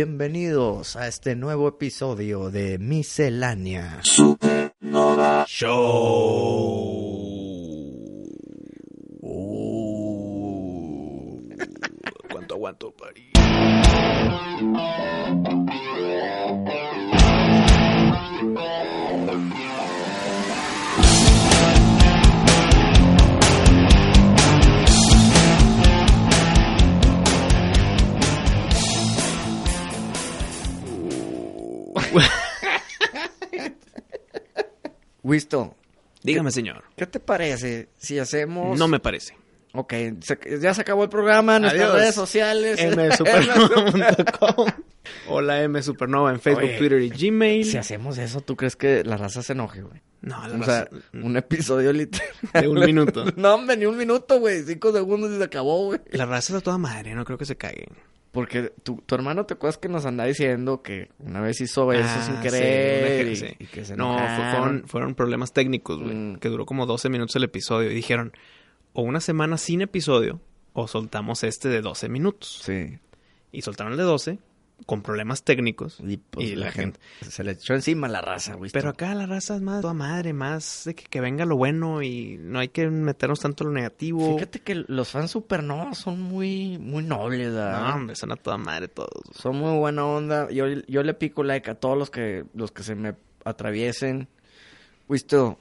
Bienvenidos a este nuevo episodio de Miscelánea Show. ¿Cuánto aguanto, París? Wisto, Dígame, señor. ¿qué te parece si hacemos... No me parece. Ok, se- ya se acabó el programa, nuestras Adiós. redes sociales. msupernova.com Hola msupernova en Facebook, Oye. Twitter y Gmail. si hacemos eso, ¿tú crees que la raza se enoje, güey? No, la O sea, raza- un episodio literal. De un minuto. No, hombre, ni un minuto, güey. Cinco segundos y se acabó, güey. la raza está toda madre, no creo que se caguen. Porque tu, tu hermano, ¿te acuerdas que nos andaba diciendo que una vez hizo eso Ah, sin sí, querer? una- y- sí. y, que se No, fu- enojaron? fueron, fueron problemas técnicos, güey. Mm. Que duró como 12 minutos el episodio. Y dijeron, o una semana sin episodio, o soltamos este de 12 minutos. Sí. Y soltaron el de 12, con problemas técnicos. Y, pues, Y la la gente... Se le echó encima la raza, güey. Pero acá la raza es más toda madre, más de que, que venga lo bueno y no hay que meternos tanto en lo negativo. Fíjate que los fans supernovas son muy, muy nobles, ¿verdad? No, hombre, son a toda madre todos. Son muy buena onda. Yo, yo le pico like a todos los que, los que se me atraviesen. Wisto,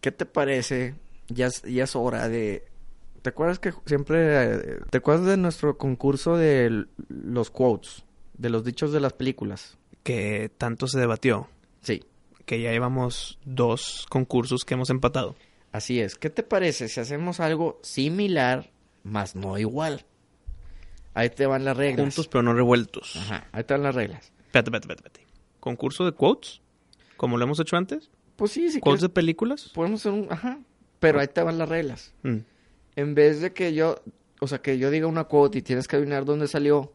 ¿qué te parece? Ya es, ya es hora de... ¿Te acuerdas que siempre... eh, ¿Te acuerdas de nuestro concurso de l- los quotes? De los dichos de las películas. Que tanto se debatió Sí. que ya llevamos dos concursos que hemos empatado. Así es. ¿Qué te parece si hacemos algo similar, mas no igual? Ahí te van las reglas. Juntos pero no revueltos. Ajá, ahí te van las reglas. Espérate, espérate, espérate, espérate. ¿Concurso de quotes? Como lo hemos hecho antes. Pues sí, si ¿Quotes quieres, de películas? podemos hacer un... Ajá. Pero ahí te van las reglas. Mm. En vez de que yo... O sea, que yo diga una quote y tienes que adivinar dónde salió,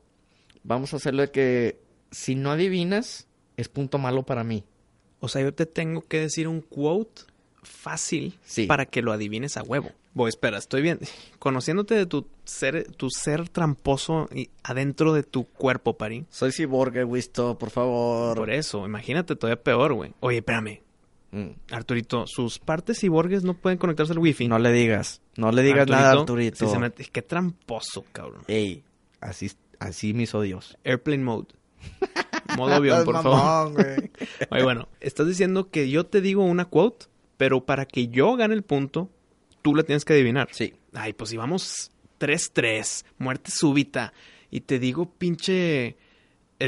vamos a hacerlo de que si no adivinas, es punto malo para mí. O sea, yo te tengo que decir un quote fácil Sí. para que lo adivines a huevo. Voy, espera, estoy bien. Conociéndote de tu ser, tu ser tramposo y adentro de tu cuerpo, Pari. Soy ciborgue, Wisto, por favor. Por eso, imagínate todavía peor, güey. Oye, espérame. Mm. Arturito, sus partes ciborgues no pueden conectarse al wifi. No le digas. No le digas nada, Arturito. si se mete- Qué tramposo, cabrón. Ey, así, así mis odios. Airplane mode. Modo avión, por favor. Oye, bueno, estás diciendo que yo te digo una quote, pero para que yo gane el punto, tú la tienes que adivinar. Sí. Ay, pues si vamos 3-3, muerte súbita, y te digo, pinche. eh,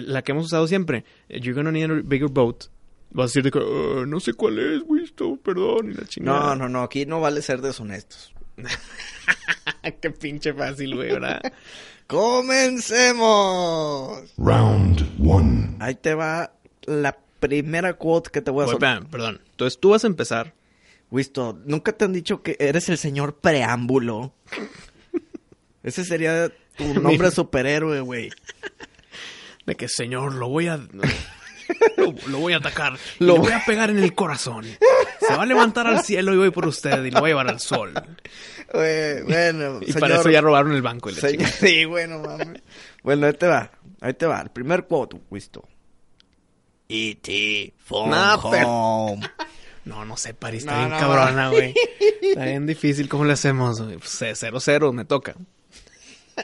La que hemos usado siempre, eh, You're gonna need a bigger boat. Vas a decir de que, "Eh, no sé cuál es, Wisto, perdón, y la No, chingada. no, no. Aquí no vale ser deshonestos. Qué pinche fácil, güey, ¿verdad? ¡Comencemos! Round one. Ahí te va la primera quote que te voy a Oye, soltar. espérame, perdón. Entonces tú vas a empezar. Wisto, nunca te han dicho que eres el señor preámbulo. Ese sería tu nombre de superhéroe, güey. De que, señor, lo voy a. Lo, lo voy a atacar. y Lo le voy a pegar en el corazón. Se va a levantar al cielo y voy por usted y lo voy a llevar al sol. Güey, Bueno, Y para eso ya robaron el banco. Y la señor- chingada. Sí, bueno, mames. Bueno, ahí te va. Ahí te va. El primer quote, Wisto. E.T. from No, pero- home. No, no sé, París. Está No, bien no, cabrona, güey. Está bien difícil. ¿Cómo le hacemos? güey? Pues, eh, cero, cero, me toca.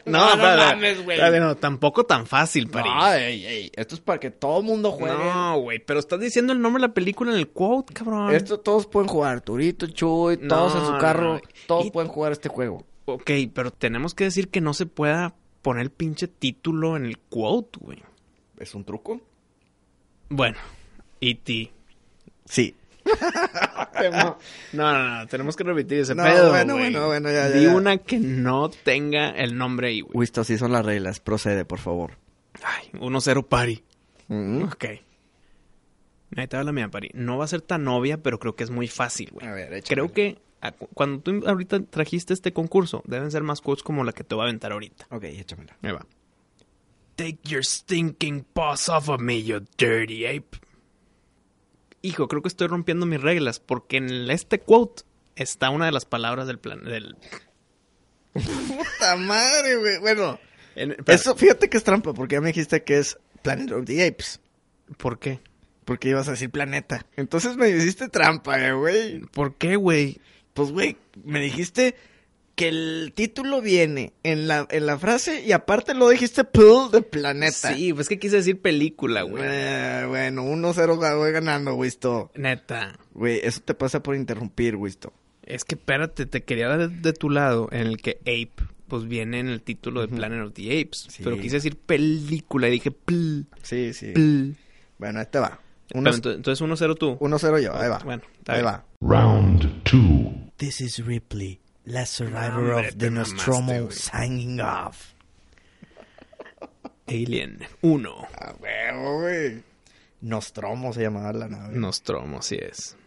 No, no espérate, mames, güey. espérate, No, tampoco tan fácil, París. No, ey, ey, Esto es para que todo el mundo juegue. No, güey. Pero estás diciendo el nombre de la película en el quote, cabrón. Esto todos pueden jugar. Turito, Chuy, No, todos en su no, carro. no. Todos Y- pueden jugar este juego. Ok, pero tenemos que decir que no se pueda poner el pinche título en el quote, güey. ¿Es un truco? Bueno, E E.T. Sí. No, no, no, tenemos que repetir ese No, pedo. bueno, güey. bueno, bueno, ya, ya, Di ya. una que no tenga el nombre ahí, güey. Wisto, así son las reglas. Procede, por favor. Ay, 1-0 Pari. Mm. Ok. Ahí te va la mía, Pari. No va a ser tan obvia, pero creo que es muy fácil, güey. A ver, échale. Creo que a- cu- cuando tú ahorita trajiste este concurso, deben ser más quotes como la que te voy a aventar ahorita. Ok, échamela. Ahí va. Take your stinking paws off of me, you dirty ape. Hijo, creo que estoy rompiendo mis reglas porque en el- este quote está una de las palabras del plan del Puta madre, güey. Bueno, En- espera. eso fíjate que es trampa, porque ya me dijiste que es Planet of the Apes. ¿Por qué? Porque ibas a decir planeta. Entonces me hiciste trampa, eh, güey. ¿Por qué, güey? Pues, güey, me dijiste que el título viene en la, en la frase y aparte lo dijiste pool de planeta. Sí, pues que quise decir película, güey. Eh, bueno, 1-0 ga- voy ganando, Wisto. Neta. Güey, eso te pasa por interrumpir, Wisto. Es que espérate, te quería dar de, de tu lado en el que Ape, pues viene en el título de Ujú. Planet of the Apes. Sí. Pero quise decir película y dije pl, Sí, sí. pl. Bueno, este va. Pero ento- entonces 1-0 tú. 1-0 yo, ahí va. Bueno, está ahí bien. va. Round two. This is Ripley, last survivor Hombre, of the te Nostromo, mamaste, güey. signing off. Alien 1. A huevo, güey. Nostromo se llamaba la nave. Nostromo, sí es.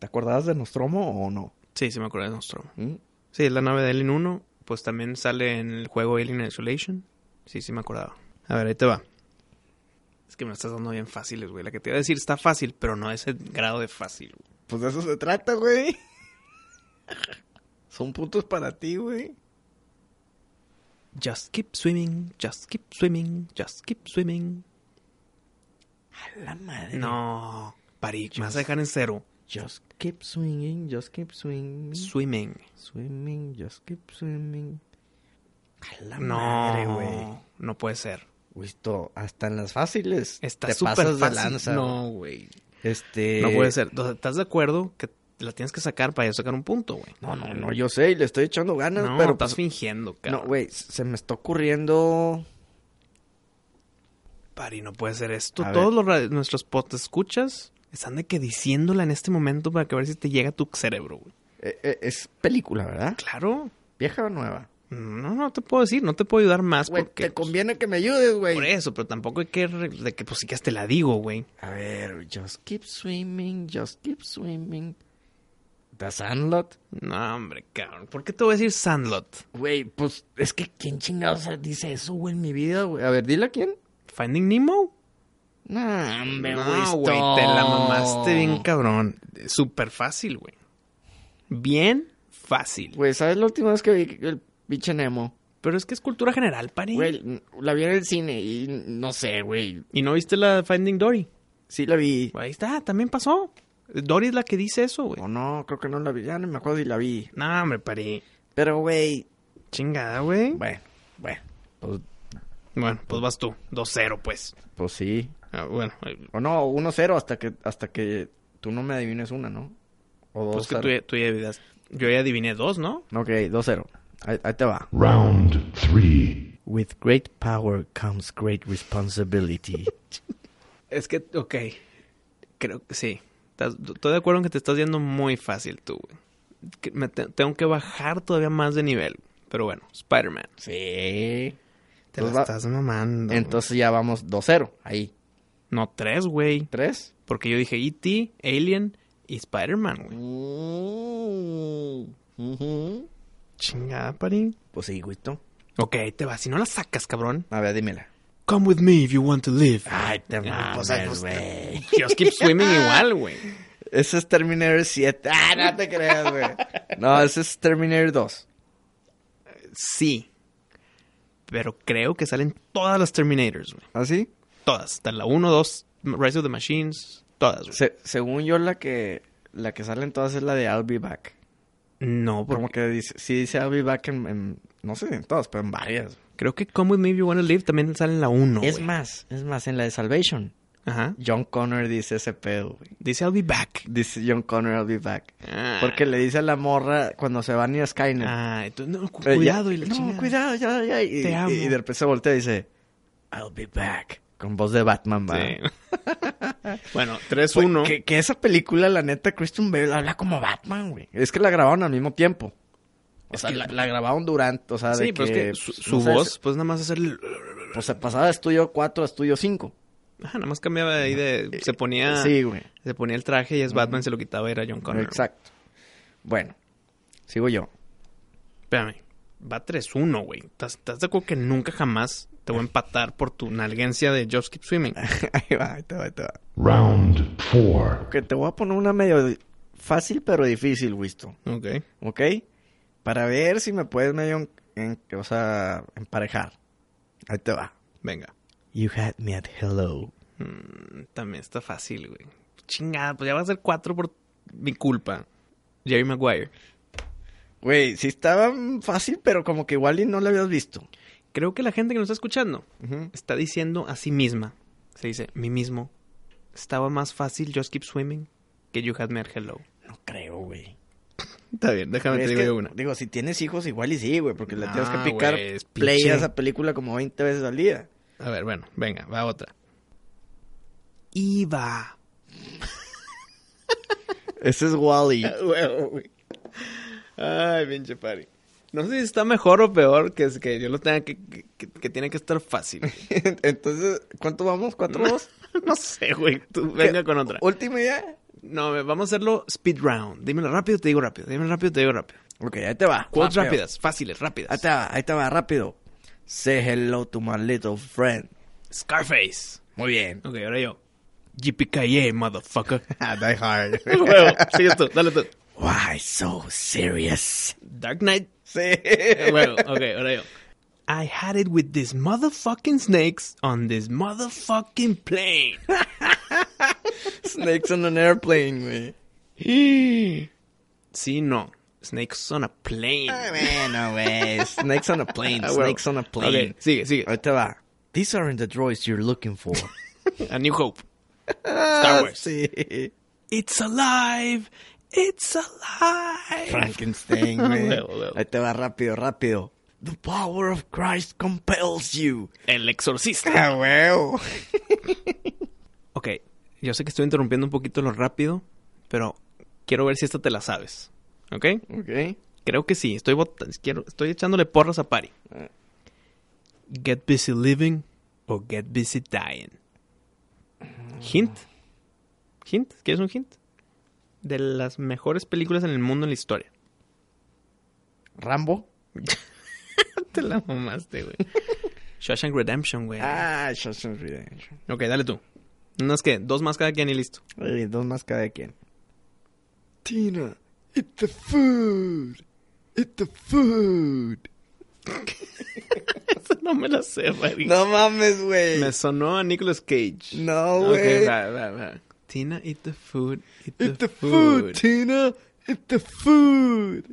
¿Te acordabas de Nostromo o no? Sí, sí me acuerdo de Nostromo. ¿Mm? Sí, es la nave de Alien 1. Pues también sale en el juego Alien Isolation. Sí, sí me acordaba. A ver, ahí te va. Es que me lo estás dando bien fáciles, güey. La que te iba a decir está fácil, pero no ese grado de fácil. güey. Pues de eso se trata, güey. Son puntos para ti, güey. Just keep swimming, just keep swimming, just keep swimming. A la madre. No, Pari, me vas Just- a dejar en cero. Just keep swinging, just keep swinging. Swimming. Swimming, just keep swimming. A la no, madre, güey. no puede ser. Visto, hasta en las fáciles. Está te súper pasas fácil. de lanza. No, güey. Este. No puede ser. O sea, ¿Estás de acuerdo que la tienes que sacar para ya sacar un punto, güey? No, no, no, yo sé y le estoy echando ganas, No, pero. estás pues, fingiendo, cabrón. no, güey, se me está ocurriendo. Pari, no puede ser esto. A ver. Todos los radio- nuestros post escuchas están de que diciéndola en este momento para que a ver si te llega a tu cerebro, güey. eh, eh, es película, ¿verdad? Claro. ¿Vieja o nueva? No, no te puedo decir, no te puedo ayudar más Güey, porque pues, te conviene que me ayudes, güey. por e- eso, pero tampoco hay que re- de que pues sí que te la digo, güey. A ver, just keep swimming, just keep swimming. The Sandlot. No, hombre, cabrón. ¿Por qué te voy a decir Sandlot? Güey, pues es que ¿quién chingados dice eso, güey, en mi vida, güey? A ver, dile a quién. Finding Nemo? Nah, hombre, no, güey, te la mamaste bien cabrón. Súper fácil, güey. Bien fácil. Güey, ¿sabes la última vez que vi el pinche Nemo? Pero es que es cultura general, Pari. Güey, la vi en el cine y no sé, güey. ¿Y no viste la de Finding Dory? Sí la vi. Ahí está, también pasó. Dory es la que dice eso, güey. O no, creo que no la vi. Ya no me acuerdo si la vi. No, hombre, Pari. Pero, güey, Chingada, güey. bueno, bueno. Pues, Bueno, pues vas tú. 2-0, pues. pues sí. Ah, bueno, eh, O no, 1-0 hasta que, hasta que tú no me adivines una, ¿no? O 2-0. pues que tú ya, tú ya adivinas- Yo ya adiviné dos, ¿no? Ok, 2-0. Ahí, ahí te va. Round three. With great power comes great responsibility. Es que, ok. Creo que sí. Estás- Estoy de acuerdo en que te estás yendo muy fácil tú, güey. Que me te- tengo que bajar todavía más de nivel. Pero bueno, Spider-Man. sí. Te Pues la va- estás mamando. güey. Entonces ya vamos 2-0. Ahí. No, tres, güey. 3. Porque yo dije E.T., Alien y Spider-Man, güey. Mm, Chingada, pari. Pues sí, güito. Ok, ahí te va. Si no la sacas, cabrón. A ver, dímela. Come with me if you want to live. Ah, Ay, te mames, pues, güey. Just keep swimming igual, güey. Ese es Terminator 7. Ah, no te creas, güey. No, ese es Terminator 2. Sí. Pero creo que salen todas las Terminators, güey. ¿Ah, sí? Todas. Hasta la 1, 2, Rise of the Machines. Todas, güey. Se- según yo, la que, la que sale en todas es la de I'll Be Back. No, Como porque que dice, sí dice I'll Be Back en, en- no sé, en todas, pero en varias. creo que Come With Me If You Wanna Live también sale en la 1. es más, es más, en la de Salvation. Ajá. John Connor dice ese pedo, güey. Dice I'll be back. Dice John Connor, I'll be back. Ah. Porque le dice a la morra cuando se van a ir a Skynet. Ah, entonces, no, cu- Eh, ya- cuidado. y la no, chingada. cuidado, ya, ya. Y, Te y- amo. y de repente se voltea y dice, I'll be back. Con voz de Batman, va. Sí. bueno, Güey, 3-1. Que, que esa película, la neta, Christian Bale habla como Batman, güey. Es que la grabaron al mismo tiempo. O Es sea, que- la, la grabaron durante, o sea, de Sí, que... pero es que su, pues, su no sé, voz, pues nada más hacer. el- se- Pues se pasaba de estudio 4 a estudio 5. Ajá, nada más cambiaba ahí de. Se ponía. Eh, Sí, güey. Se ponía el traje y es Batman, se lo quitaba y era John Connor. Exacto. Bueno, sigo yo. Espérame. Va 3-1, güey. ¿Estás estás de acuerdo que nunca jamás te voy a empatar por tu nalguencia de Just Keep Swimming? ahí va, ahí te va, ahí te va. Round four. Que te voy a poner una medio di- fácil pero difícil, Wisto. Ok. ¿Ok? Para ver si me puedes medio, en- en- o sea, emparejar. Ahí te va. Venga. You had me at hello. Mm, también está fácil, güey. Chingada, pues ya va a ser cuatro por mi culpa. Jerry Maguire. Güey, sí estaba mm, fácil, pero como que igual y no lo habías visto. Creo que la gente que nos está escuchando está diciendo a sí misma. Se dice, mí mismo. Estaba más fácil Just Keep Swimming que You Had Me at Hello. No creo, güey. Está bien, déjame Es te que, digo una. Digo, si tienes hijos, igual y sí, güey, porque le tienes que Nah, picar güey, es play pinche. a esa película como 20 veces al día. A ver, bueno, venga, va otra. Iba. Ese es Wally. Ay, pinche pari. No sé si está mejor o peor que, que yo lo tenga que, que, que tiene que estar fácil. Entonces, ¿cuánto vamos? ¿Cuatro, dos? no sé, güey. Tú venga con otra. ¿Última idea? No, vamos a hacerlo speed round. Dímelo rápido, te digo rápido. Dímelo rápido, te digo rápido. Ok, ahí te va. Quotes Rápido. rápidas, fáciles, rápidas. Ahí te va, ahí te va, rápido. Say hello to my little friend. Scarface. Muy bien. Ok, ahora yo. Yippee motherfucker. Die hard. Huevo, sigues tú, dale tú. Why so serious? Dark Knight. Sí. Eh, Huevo, ok, ahora yo. I had it with these motherfucking snakes on this motherfucking plane. Snakes on an airplane, güey. sí, no. Snakes on a plane. Ah, Bueno, güey. Snakes on a plane. Ah, huevo. Snakes on a plane. Ok, sigue, sigue. Ahí te va. These aren't the droids you're looking for. A New Hope. Star Ah, Wars. sí. It's alive. It's alive. Frankenstein, güey. Huevo, huevo. Ahí te va rápido, rápido. The power of Christ compels you. El exorcista. Ah, huevo. Ok, yo sé que estoy interrumpiendo un poquito lo rápido, pero quiero ver si esta te la sabes. ¿Ok? Ok. Creo que sí. Estoy, bota- quiero- estoy echándole porras a Pari. Get busy living o get busy dying. Hint. Hint. ¿Quieres un hint? De las mejores películas en el mundo en la historia. Rambo. te la mamaste, güey. Shawshank Redemption, güey. Ah, Shawshank Redemption. Ok, dale tú. No es que dos más cada quien y listo. Oye, dos más cada quien. Tina, it's the food. It's the food. no me la sé, güey. No mames, güey. Me sonó a Nicolas Cage. No, Ok, güey. va, va, va. Tina, eat the food. Eat, it's the food, Tina. It's the food.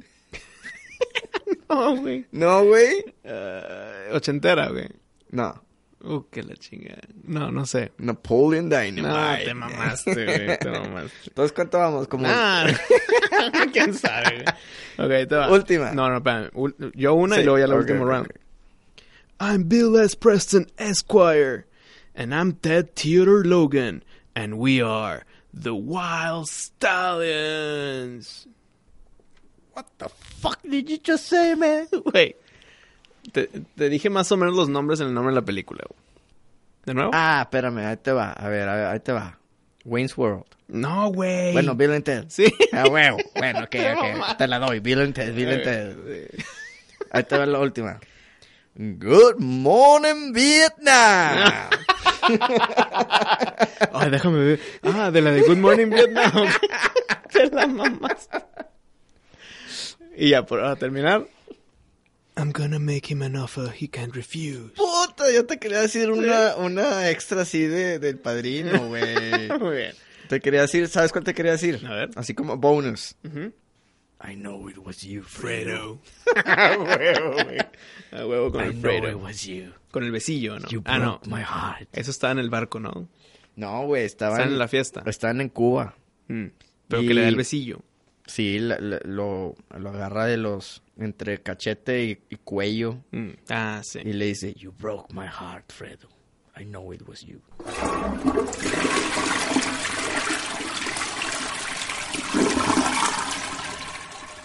No, güey. No, güey. Eh, ochentera, güey. No. Uh, que la chingada. No, no sé. Napoleon Dynamite. No, te mamaste, güey. Te mamaste. Entonces, ¿cuánto vamos? Como Ah, quién sabe, güey. Ok, te va. Última. No, no, espérame. Ul- Yo una Sí, y luego ya la ok, última ok, round. ok. I'm Bill S. Preston Esquire, and I'm Ted Theodore Logan, and we are the Wild Stallions. What the fuck did you just say, man? Güey, te, te dije más o menos los nombres en el nombre de la película. güey. ¿De nuevo? Ah, espérame, ahí te va. A ver, a ver, ahí te va. Wayne's World. No, güey. Bueno, Bill and Ted. sí. Ah, huevo. Bueno, ok, ok. Te la doy. Bill and Ted, Bill and Ted. Ahí te va la última. Good morning, Vietnam. Ay, déjame ver. Ah, de la de Good Morning Vietnam. Te la mamás. Y ya, por ahora terminar. I'm gonna make him an offer he can't refuse. Puta, yo te quería decir una, una extra así de, del padrino, güey. Muy bien. Te quería decir, ¿sabes cuál te quería decir? A ver. Así como bonus. Ujú. I know it was you, Fredo. Fredo. A huevo, güey. A huevo con I el know it Fredo. was you. Con el besillo, ¿no? You ah, no. broke my heart. Eso estaba en el barco, ¿no? No, güey, estaban... Están en la fiesta. Estaban en Cuba. Mm. Pero Y- que le da el besillo. Sí, la- la- lo, lo agarra de los... Entre cachete y- y cuello. Mm. Ah, sí. Y le dice, You broke my heart, Fredo. I know it was you.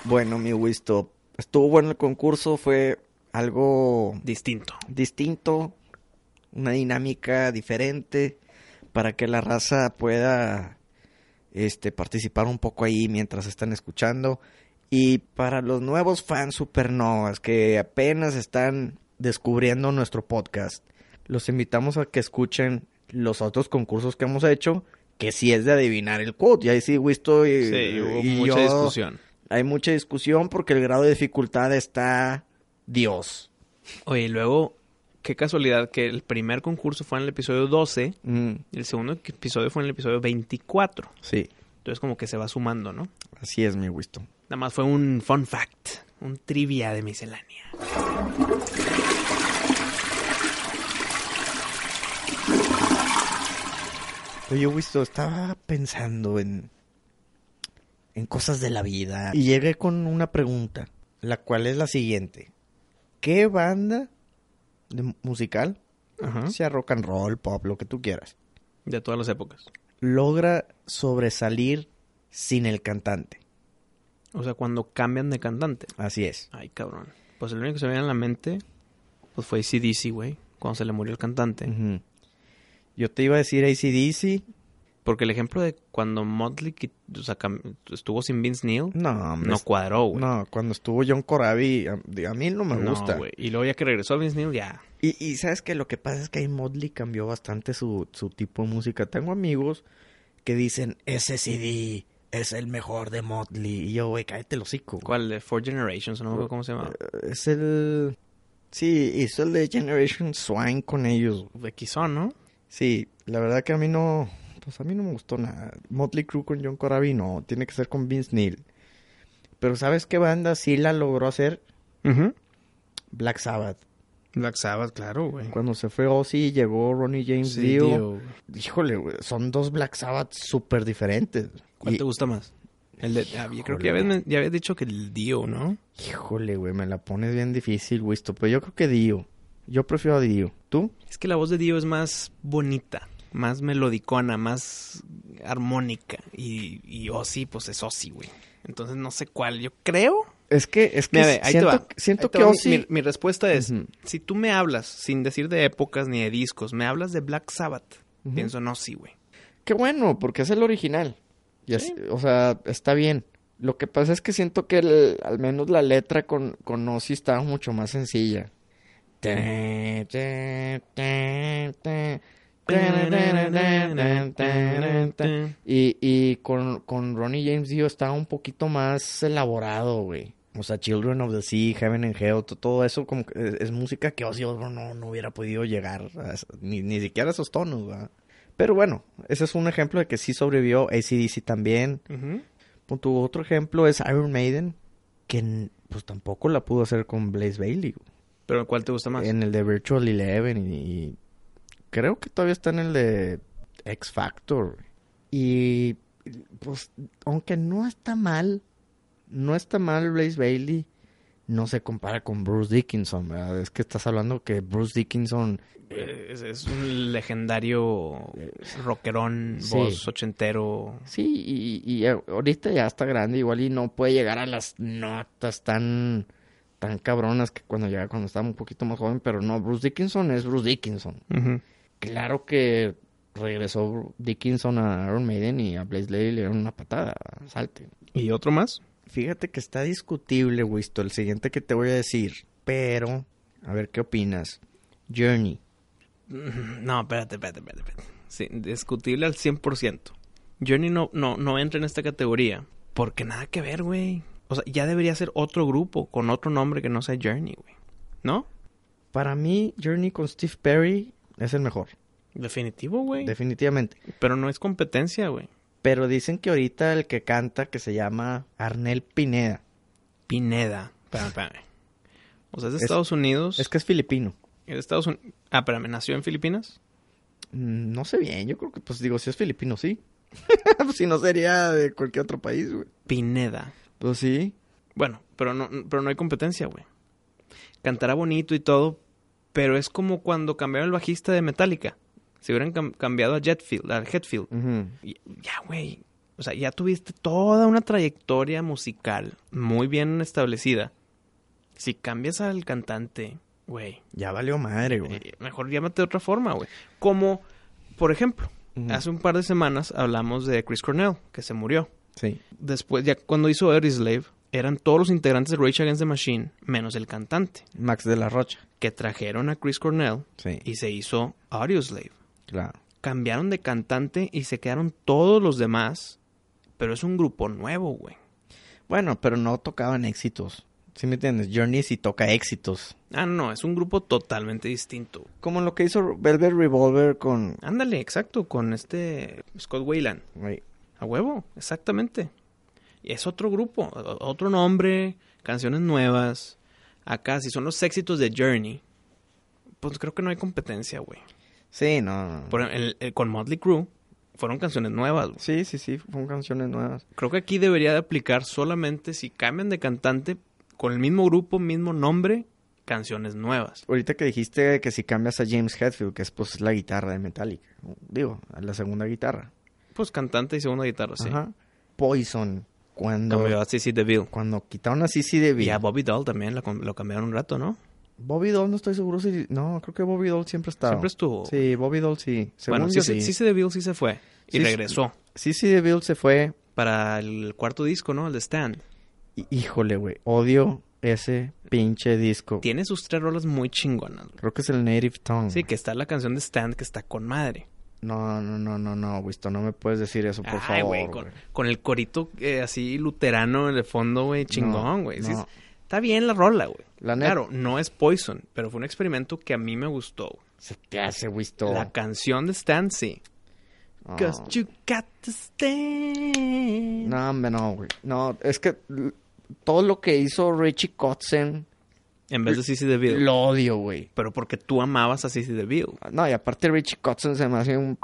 Bueno, mi Wisto, estuvo bueno el concurso, fue algo Distinto. distinto, una dinámica diferente para que la raza pueda este participar un poco ahí mientras están escuchando y para los nuevos fans supernovas que apenas están descubriendo nuestro podcast, los invitamos a que escuchen los otros concursos que hemos hecho, que si es de adivinar el quote, y ahí sí Wisto y, Sí, hubo y mucha yo- discusión. Hay mucha discusión porque el grado de dificultad está Dios. Oye, y luego qué casualidad que el primer concurso fue en el episodio 12 Mm, y el segundo episodio fue en el episodio 24. sí, Entonces como que se va sumando, ¿no? así es mi Wisto. Nada más fue un fun fact, un trivia de miscelánea. Oye, Wisto, estaba pensando en, en cosas de la vida y llegué con una pregunta, la cual es la siguiente. ¿Qué banda de musical, Ajá. sea rock and roll, pop, lo que tú quieras, De todas las épocas. logra sobresalir sin el cantante? O sea, cuando cambian de cantante. Así es. Ay, cabrón. Pues el único que se me viene a la mente pues fue ACDC, güey. Cuando se le murió el cantante. Ujú. Yo te iba a decir ACDC. Porque el ejemplo de cuando Motley quit- o sea, cam- estuvo sin Vince Neil No, hombre, no cuadró, güey. No, cuando estuvo John Corabi, a, de- a mí no me No, gusta. güey. Y luego ya que regresó a Vince Neil, ya. y, y sabes que lo que pasa es que ahí Motley cambió bastante su, su tipo de música. Tengo amigos que dicen, ese CD es el mejor de Motley. Y yo, güey, cállate el hocico. güey. ¿Cuál? De Four Generations, no me acuerdo cómo se llama. Eh, Es el... Sí, hizo el de Generation Swine con ellos. güey. De Quizón, ¿no? Sí, la verdad que a mí no... Pues a mí no me gustó nada. Motley Crue con John Corabi no. Tiene que ser con Vince Neil. Pero ¿sabes qué banda sí la logró hacer? Black Sabbath. Black Sabbath, claro, güey. Cuando se fue Ozzy llegó Ronnie James Sí, Dio. Dio, güey. Híjole, güey, son dos Black Sabbath súper diferentes. ¿Cuál Y- te gusta más? El de, ah, yo creo que ya Híjole. habías, ya habías dicho que el Dio, ¿no? Híjole, güey, me la pones bien difícil, Wisto. Pero yo creo que Dio. Yo prefiero a Dio. ¿Tú? Es que la voz de Dio es más bonita, más melodicona, más armónica. Y, y Ozzy, pues es Ozzy, güey. Entonces no sé cuál. Yo creo. Es que, es que Mira, ve, ahí te siento, va. siento Ahí te que va mi- Ozzy... Mi, mi respuesta es: Ujú. si tú me hablas, sin decir de épocas ni de discos, me hablas de Black Sabbath, Ujú. pienso en Ozzy, güey. Qué bueno, porque es el original. Y así- Sí. O sea, está bien. Lo que pasa es que siento que el- al menos la letra con, con Ozzy estaba mucho más sencilla. Y, y con, con Ronnie James Dio estaba un poquito más elaborado, güey. O sea, Children of the Sea, Heaven and Hell, to- todo eso como que es, es música que Ozzy Osbourne no, no hubiera podido llegar a es- ni, ni siquiera a esos tonos, ¿verdad? Pero bueno, ese es un ejemplo de que sí sobrevivió ACDC también. Ujú. Pon Tu otro ejemplo es Iron Maiden, que n- pues tampoco la pudo hacer con Blaze Bailey, güey. Pero ¿cuál te gusta más? En el de Virtual Eleven y, y creo que todavía está en el de X Factor. Y pues aunque no está mal, no está mal Blaze Bailey, no se compara con Bruce Dickinson, ¿verdad? Es que estás hablando que Bruce Dickinson Eh, Es, es un legendario rockerón, Sí. voz ochentero. Sí, y, y- y ahorita ya está grande igual y no puede llegar a las notas tan tan cabronas que cuando llega cuando estaba un poquito más joven, pero no, Bruce Dickinson es Bruce Dickinson. Claro que regresó Dickinson a Iron Maiden y a Blaze Lady le dieron una patada, salte. ¿Y otro más? Fíjate que está discutible, Wisto, el siguiente que te voy a decir, pero a ver qué opinas. Journey. No, espérate, espérate, espérate. espérate. Sí, discutible al 100%. Johnny no, no, no entra en esta categoría. Porque nada que ver, güey. O sea, ya debería ser otro grupo con otro nombre que no sea Journey, güey. ¿No? Para mí, Journey con Steve Perry es el mejor, Definitivo, güey. definitivamente. Pero no es competencia, güey. Pero dicen que ahorita el que canta, que se llama Arnel Pineda, Pineda. Espérame, espérame. O sea, es de Es- Estados Unidos. es que es filipino. Es de Estados Unidos. Ah, espérame, nació en Filipinas. Mm, No sé bien, yo creo que, pues digo, si es filipino, sí. Pues, si no sería de cualquier otro país, güey. Pineda. Pues sí. Bueno, pero no, pero no hay competencia, güey. Cantará bonito y todo, pero es como cuando cambiaron el bajista de Metallica. Si hubieran cam- cambiado a Jetfield, al Hetfield. Y- Ya, güey. O sea, ya tuviste toda una trayectoria musical muy bien establecida. Si cambias al cantante, güey, Ya valió madre, güey. eh, mejor llámate de otra forma, güey. Como, por ejemplo, Ujú. hace un par de semanas hablamos de Chris Cornell, que se murió Sí. después, ya cuando hizo Audioslave, eran todos los integrantes de Rage Against the Machine, menos el cantante, Max de la Rocha. que trajeron a Chris Cornell Sí. y se hizo Audioslave. Claro. Cambiaron de cantante y se quedaron todos los demás, pero es un grupo nuevo, güey. Bueno, pero no tocaban éxitos. ¿Sí me entiendes? Journey si toca éxitos. Ah, no, es un grupo totalmente distinto. Como lo que hizo Velvet Revolver con... Ándale, exacto, con este Scott Wayland. Ay, A huevo, exactamente. Y es otro grupo, o- otro nombre, canciones nuevas. Acá, si son los éxitos de Journey, pues creo que no hay competencia, güey. Sí, no, no. Por el- el- con Motley Crue fueron canciones nuevas, güey. Sí, sí, sí, fueron canciones nuevas. Creo que aquí debería de aplicar solamente si cambian de cantante con el mismo grupo, mismo nombre, canciones nuevas. Ahorita que dijiste que si cambias a James Hetfield, que es pues la guitarra de Metallica, digo, a la segunda guitarra. Pues cantante y segunda guitarra, Pues sí. Ajá. Poison, cuando, Cambió a CC DeVille. cuando quitaron a CC de Y a Bobby Doll también la com- lo cambiaron un rato, ¿no? Bobby Doll no estoy seguro si... No, creo que Bobby Doll siempre estaba. Siempre estuvo. Sí, Bobby Doll sí. Según bueno, yo sí, sí. sí. DeVille sí se fue. Sí, Y regresó Sí, sí, DeVille se fue. para el cuarto disco, ¿no? El de Stand. Hí- Híjole, güey. Odio ese pinche disco. Tiene sus tres rolas muy chingonas. güey. Creo que es el Native Tongue. Sí, que está la canción de Stand que está con madre. No, no, no, no, no, Wisto. No me puedes decir eso, por Ay, favor. güey, con, güey. con el corito eh, así luterano en el fondo, güey, chingón, No, güey. Sí, no. es- Está bien la rola, güey. La neta- Claro, no es Poison, pero fue un experimento que a mí me gustó. güey. Se te hace, Wisto. La canción de Stand, sí. No. 'Cause you got to stand. No, hombre, no, güey. No, es que l- todo lo que hizo Richie Kotzen En vez de Sissy DeVille. lo odio, güey. Pero porque tú amabas a Sissy DeVille. No, y aparte Richie Kotzen se me hace un...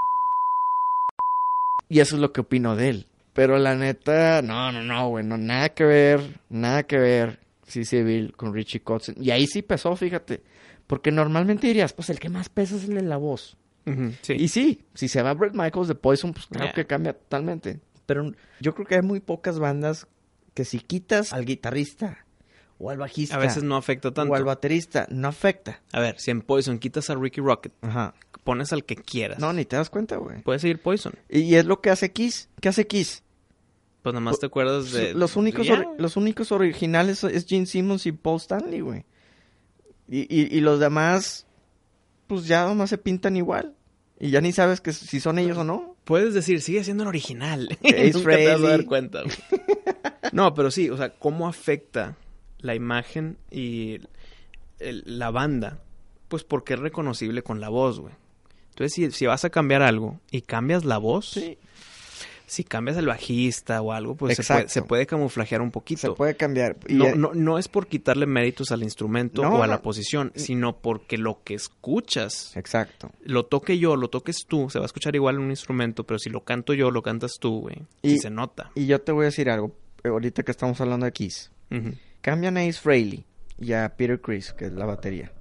Y eso es lo que opino de él. Pero la neta, no, no, no, güey. No, nada que ver, nada que ver. Sí, Bill con Richie Kotzen. Y ahí sí pesó, fíjate. Porque normalmente dirías, pues el que más pesa es el de la voz. Ujú, sí. Y sí, si se va Brett Michaels de Poison, pues claro Yeah. que cambia totalmente. Pero yo creo que hay muy pocas bandas que si quitas al guitarrista o al bajista a veces no afecta tanto. o al baterista, no afecta. A ver, si en Poison quitas a Ricky Rocket, Ajá. pones al que quieras. No, ni te das cuenta, güey. Puedes seguir Poison. Y, y es lo que hace Kiss. ¿Qué hace Kiss? Pues nada más te acuerdas de... pues los, únicos Ya, ori- güey. los únicos originales es Gene Simmons y Paul Stanley, güey. Y, y- y los demás, pues ya nomás se pintan igual. Y ya ni sabes que si son ellos o no. Puedes decir, sigue siendo el original. Ace Nunca te vas a dar Frehley. cuenta. güey. no, pero sí, o sea, cómo afecta la imagen y el- la banda. Pues porque es reconocible con la voz, güey. Entonces, si, si vas a cambiar algo y cambias la voz, Pues, si cambias al bajista o algo, pues se puede, Exacto. se puede camuflajear un poquito. Se puede cambiar. Y, no, eh, no, no es por quitarle méritos al instrumento No, o a la no. posición, sino porque lo que escuchas, Exacto. lo toque yo, lo toques tú, se va a escuchar igual en un instrumento, pero si lo canto yo, lo cantas tú, güey. Y- Sí se nota. Y yo te voy a decir algo, eh, ahorita que estamos hablando de Kiss. Ujú. Cambian a Ace Frehley y a Peter Chris, que es la batería.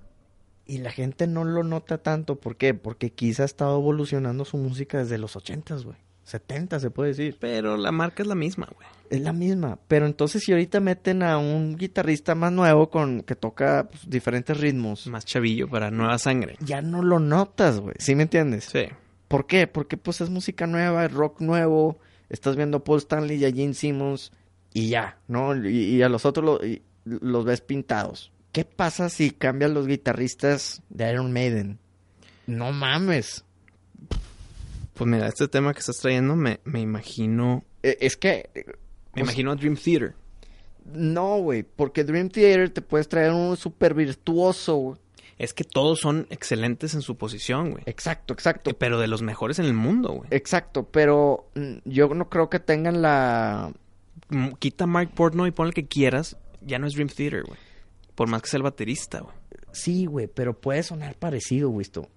Y la gente no lo nota tanto. ¿Por qué? Porque Kiss ha estado evolucionando su música desde los 80s, güey. 70 se puede decir. Pero la marca es la misma, güey. Es la misma. Pero entonces si ahorita meten a un guitarrista más nuevo con que toca pues, diferentes ritmos, Más chavillo para nueva sangre. ya no lo notas, güey. ¿Sí me entiendes? Sí. ¿Por qué? Porque pues es música nueva, es rock nuevo, estás viendo a Paul Stanley y a Gene Simmons y ya, ¿no? Y, y a los otros lo- y- los ves pintados. ¿Qué pasa si cambian los guitarristas de Iron Maiden? No mames. Pues mira, este tema que estás trayendo me, me imagino... pues Eh, Es que, eh, Me O sea- imagino a Dream Theater. no, güey, porque Dream Theater te puedes traer un súper virtuoso. güey. Es que todos son excelentes en su posición, güey. Eh, Exacto, exacto. Pero de los mejores en el mundo, güey. Exacto, pero mm, yo no creo que tengan la... Mm, quita Mark Portnoy y pon el que quieras, ya no es Dream Theater, güey. Por más que sea el baterista, güey. Sí, güey, pero puede sonar parecido, güey, esto.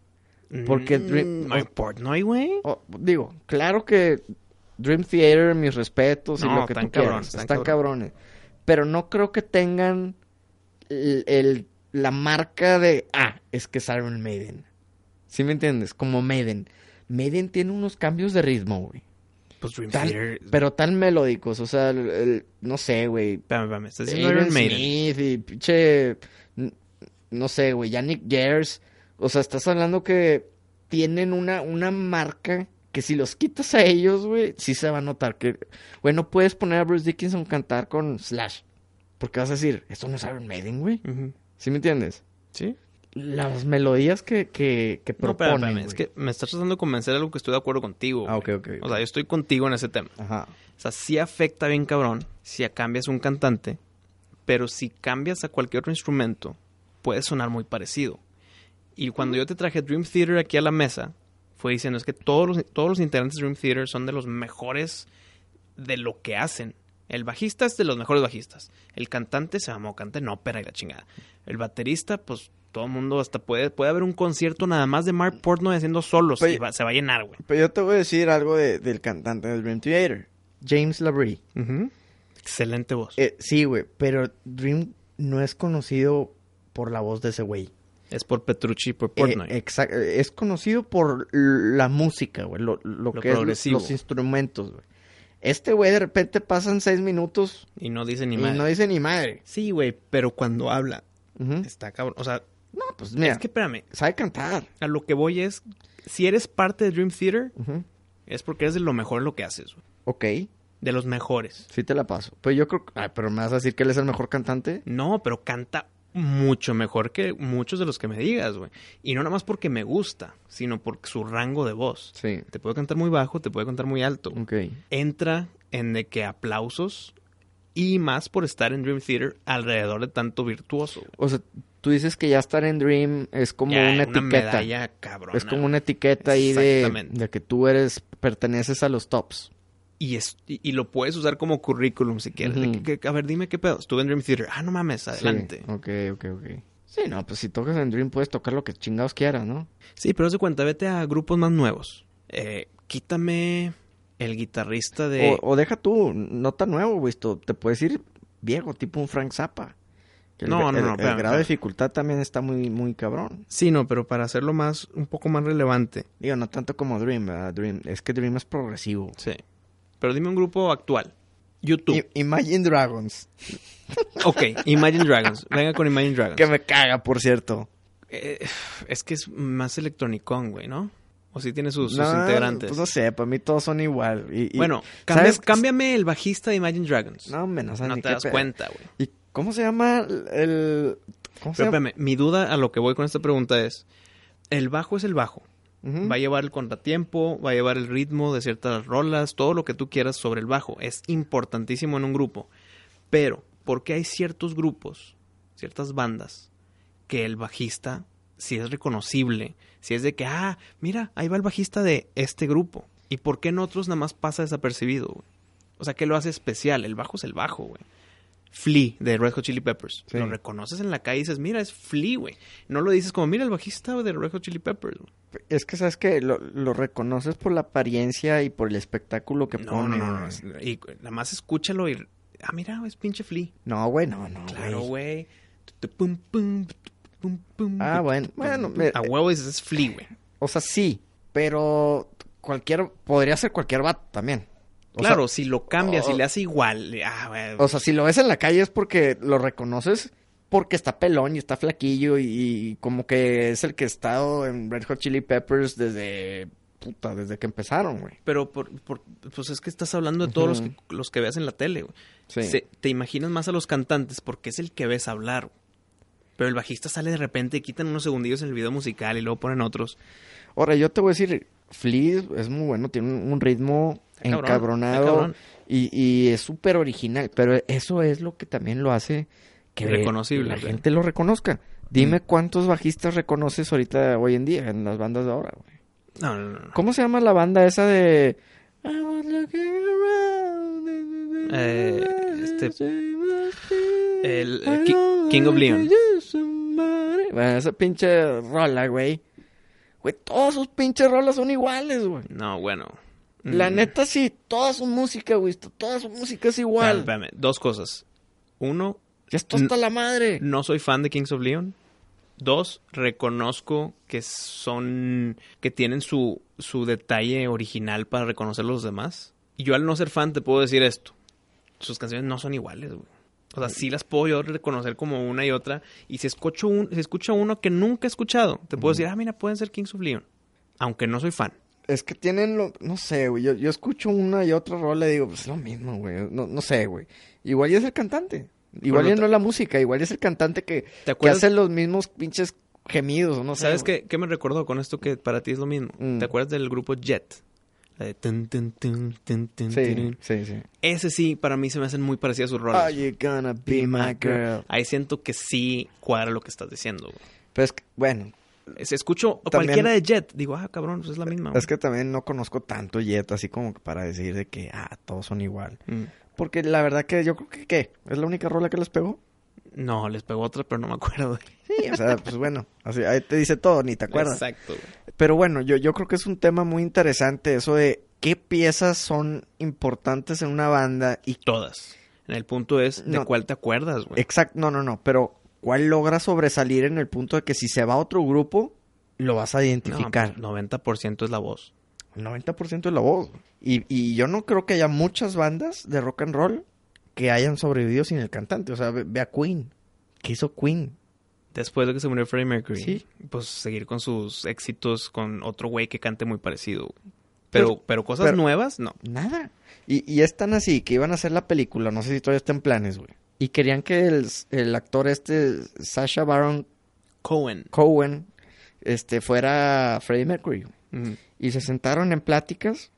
Porque Mm, Dream- Mark Portnoy, güey. O- Oh, digo, claro que Dream Theater, mis respetos y No, lo que están tú quieras, cabrones, están están, cabrones. Pero no creo que tengan el, el- la marca de, ah, es que es Iron Maiden. ¿Sí me entiendes? Como Maiden. Maiden tiene unos cambios de ritmo, güey. Pues Dream Tal- Theater. pero tan melódicos, o sea, el- el- no sé, güey. Espérame, espérame. Estás diciendo Iron Pues, Iron Maiden. Smith y pinche, n- no sé, güey, Yannick Gers. O sea, estás hablando que tienen una, una marca que si los quitas a ellos, güey, sí se va a notar que, güey, no puedes poner a Bruce Dickinson cantar con Slash. Porque vas a decir, esto no es Iron Maiden, güey. Ujú. ¿Sí me entiendes? ¿Sí? Las melodías que, que, que No, proponen, espérame, espérame. Es güey. que me estás tratando de convencer de algo que estoy de acuerdo contigo. Ah, güey. ok, ok, O sea, yo estoy contigo en ese tema. Ajá. O sea, sí afecta bien cabrón si cambias un cantante, pero si cambias a cualquier otro instrumento, puede sonar muy parecido. Y cuando yo te traje Dream Theater aquí a la mesa, fue diciendo, es que todos los, todos los integrantes de Dream Theater son de los mejores de lo que hacen. El bajista es de los mejores bajistas. El cantante se llamó canta en ópera y la chingada. El baterista, pues todo el mundo hasta puede, puede haber un concierto nada más de Mark Portnoy haciendo solos Oye. y va- se va a llenar, güey. Pero yo te voy a decir algo de- del cantante de Dream Theater. James Labrie. Ujú. Excelente voz. Eh, sí, güey, pero Dream no es conocido por la voz de ese güey. es por Petrucci y por Eh, Portnoy. Exacto. Es conocido por l- la música, güey. Lo, lo que es los- progresivo. los instrumentos, güey. Este güey de repente pasan seis minutos y no dice ni y madre. no dice ni madre. Sí, güey, pero cuando habla, Ujú. está cabrón. O sea, No, pues mira, es que espérame, sabe cantar. a lo que voy es, si eres parte de Dream Theater, Ujú. es porque eres de lo mejor en lo que haces, güey. Ok, De los mejores. sí te la paso. Pero yo creo que... Ay, pero me vas a decir que él es el mejor cantante. No, pero canta mucho mejor que muchos de los que me digas, güey. Y no nada más porque me gusta, sino por su rango de voz. Sí. Te puede cantar muy bajo, te puede cantar muy alto. güey. Ok. Entra en de que aplausos y más por estar en Dream Theater alrededor de tanto virtuoso. güey. O sea, tú dices que ya estar en Dream es como Ya, una, etiqueta. medalla cabrona. es como una etiqueta ahí de, Exactamente. de que tú eres, perteneces a los tops. Y, es, y, y lo puedes usar como currículum si quieres. De Ujú. que- que- a ver, dime qué pedo. Estuve en Dream Theater. Ah, no mames, adelante. Sí, ok, ok, ok. Sí, no, pues si tocas en Dream puedes tocar lo que chingados quieras, ¿no? Sí, pero se cuenta, vete a grupos más nuevos. Eh, quítame el guitarrista de. O, o deja tú, no tan nuevo, güey. esto, Te puedes ir viejo, tipo un Frank Zappa. Que el- No, no, no, el- El, espérame, grado de espérame. dificultad también está muy, muy cabrón. Sí, no, pero para hacerlo más, un poco más relevante. Digo, no tanto como Dream, ¿verdad? Dream. Es que Dream es progresivo. Sí. Pero dime un grupo actual. YouTube. I- Imagine Dragons. Ok, Imagine Dragons. Venga con Imagine Dragons. Que me caga, por cierto. Eh, es que es más electronicón, güey, ¿no? O si tiene sus, sus No, integrantes. Pues no sé, para mí todos son igual. Y, y- bueno, cambia- ¿sabes? cámbiame el bajista de Imagine Dragons. No, menos. No te das cuenta, güey. ¿Y cómo se llama el- el. ¿Cómo se Pero llama? espérame, mi duda a lo que voy con esta pregunta es: el bajo es el bajo. Ujú. Va a llevar el contratiempo, va a llevar el ritmo de ciertas rolas, todo lo que tú quieras sobre el bajo. Es importantísimo en un grupo. Pero, ¿por qué hay ciertos grupos, ciertas bandas, que el bajista, si es reconocible, si es de que, ah, mira, ahí va el bajista de este grupo? ¿Y por qué en otros nada más pasa desapercibido? güey? O sea, ¿qué lo hace especial? El bajo es el bajo, güey. Flea de Red Hot Chili Peppers. Sí. Lo reconoces en la calle y dices, mira, es Flea, güey. No lo dices como, mira, el bajista de Red Hot Chili Peppers. güey". Es que sabes que lo, lo reconoces por la apariencia y por el espectáculo que No, no, pone. no, no. güey. es- Y nada más escúchalo y. Ah, mira, es pinche Flea. No, güey, no, no. Claro, güey. güey. Tu, tu, pum, pum, tu, tu, pum, pum, Ah, tu, tu, bueno, tu, bueno, pum, mira, A huevo dices, es Flea, güey. O sea, sí, pero cualquier. Podría ser cualquier vato también. O sea, Claro, si lo cambias o- y le hace igual. le- Ah, güey. O sea, si lo ves en la calle es porque lo reconoces porque está pelón y está flaquillo y, y como que es el que ha estado en Red Hot Chili Peppers desde puta, desde que empezaron, güey. Pero por, por- pues es que estás hablando de todos Ujú. los, que, los que veas en la tele, güey. Sí. Se- te imaginas más a los cantantes porque es el que ves hablar. güey. Pero el bajista sale de repente, quitan unos segundillos en el video musical y luego ponen otros. Ahora, yo te voy a decir, Flea es muy bueno, tiene un, un ritmo Está cabrón, encabronado está cabrón. Y, y es súper original, pero eso es lo que también lo hace que Reconocible, la güey. gente lo reconozca. Dime cuántos bajistas reconoces ahorita, hoy en día, en las bandas de ahora, güey. No, no, no, no. ¿Cómo se llama la banda esa de... I was looking around. Eh, este, el- el Ki- King of Leon. Bueno, esa pinche rola, güey. Güey, todas sus pinches rolas son iguales, güey. No, bueno. La Mm. neta sí, toda su música, güey, esto- toda su música es Espérame, igual. espérame. Dos cosas. Uno, Ya está hasta la madre. no soy fan de Kings of Leon. Dos, reconozco que son. que tienen su, su detalle original para reconocer los demás. Y yo al no ser fan te puedo decir esto. Sus canciones no son iguales, güey. O sea, sí las puedo yo reconocer como una y otra. Y si escucho un, si escucho uno que nunca he escuchado, te puedo decir, ah, mira, pueden ser Kings of Leon. Aunque no soy fan. Es que tienen lo, no sé, güey, yo, yo escucho una y otra rola y digo, pues es lo mismo, güey, no, no sé, güey. Igual y es el cantante. Igual Pero ya te- no es la música, igual y es el cantante que, ¿Te que acuerdas? hace los mismos pinches gemidos, o no sé. ¿Sabes güey. qué, qué me recordó con esto que para ti es lo mismo? Mm. ¿Te acuerdas del grupo Jet? La de tun, tun, tun, tun, tun, Sí, turun. sí, sí. Ese sí, para mí se me hacen muy parecidas sus rolas. Are you gonna be my girl? Ahí siento que sí cuadra lo que estás diciendo, güey. Pero es que, bueno, Si escucho También- cualquiera de Jet, digo, ah, cabrón, pues es la misma. güey. es que también no conozco tanto Jet así como que para decir de que, ah, todos son igual. Mm. Porque la verdad que yo creo que, ¿qué? ¿Es la única rola que les pegó? No, les pegó otra, pero no me acuerdo. Sí, o sea, pues bueno, así, ahí te dice todo, ni te acuerdas. Exacto, güey. Pero bueno, yo, yo creo que es un tema muy interesante eso de qué piezas son importantes en una banda y... Todas. En el punto es de No. cuál te acuerdas, güey. Exacto, no, no, no, pero ¿cuál logra sobresalir en el punto de que si se va a otro grupo, lo vas a No, pues, identificar? 90% es la voz. El 90% de la voz. Y, y yo no creo que haya muchas bandas de rock and roll que hayan sobrevivido sin el cantante. O sea, ve, ve a Queen. ¿Qué hizo Queen? Después de que se murió Freddie Mercury, Sí. pues seguir con sus éxitos con otro güey que cante muy parecido. Pero, pero, Pero- cosas Pues, pero- nuevas, no. Nada. Y, y es tan así que iban a hacer la película, no sé si todavía está en planes, güey. Y querían que el, el actor este, Sasha Baron Cohen. Cohen, este, fuera Freddie Mercury. güey. Ujú. Y se sentaron en pláticas,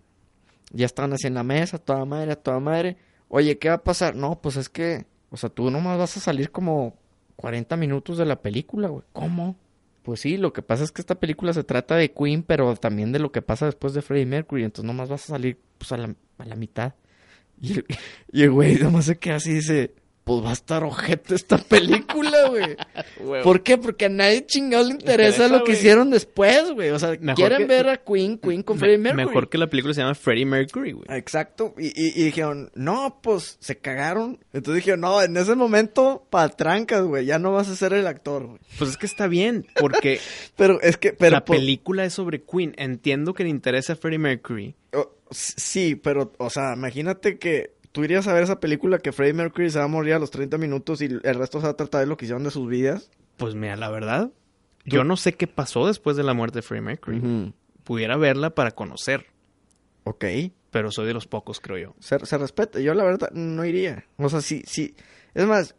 ya estaban así en la mesa, toda madre, a toda madre. Oye, ¿qué va a pasar? No, pues es que, o sea, tú nomás vas a salir como 40 minutos de la película, güey. ¿Cómo? Pues sí, lo que pasa es que esta película se trata de Queen, pero también de lo que pasa después de Freddie Mercury. Entonces nomás vas a salir, pues, a la, a la mitad. Y el, y el güey nomás se queda así y dice, pues va a estar ojete esta película, güey. ¿Por qué? Porque a nadie chingado le interesa, interesa, lo que güey. hicieron después, güey. O sea, Mejor quieren que- ver a Queen, Queen con Freddie Me- Mercury. Mejor que la película se llama Freddie Mercury, güey. Exacto. Y, y- y dijeron, no, pues se cagaron. Entonces dijeron, no, en ese momento, pa' trancas, güey. Ya no vas a ser el actor, güey. Pues es que está bien, porque Pero es que, pero. la por- película es sobre Queen. Entiendo que le interesa a Freddie Mercury. o- s- sí, pero, o sea, imagínate que tú irías a ver esa película que Freddie Mercury se va a morir a los 30 minutos y el resto se va a tratar de lo que hicieron de sus vidas. Pues mira, la verdad, yo no sé qué pasó después de la muerte de Freddie Mercury. Pudiera verla para conocer, Ok. pero soy de los pocos, creo yo. Se, se respeta. Yo, la verdad, no iría. O sea, sí, sí. Es más,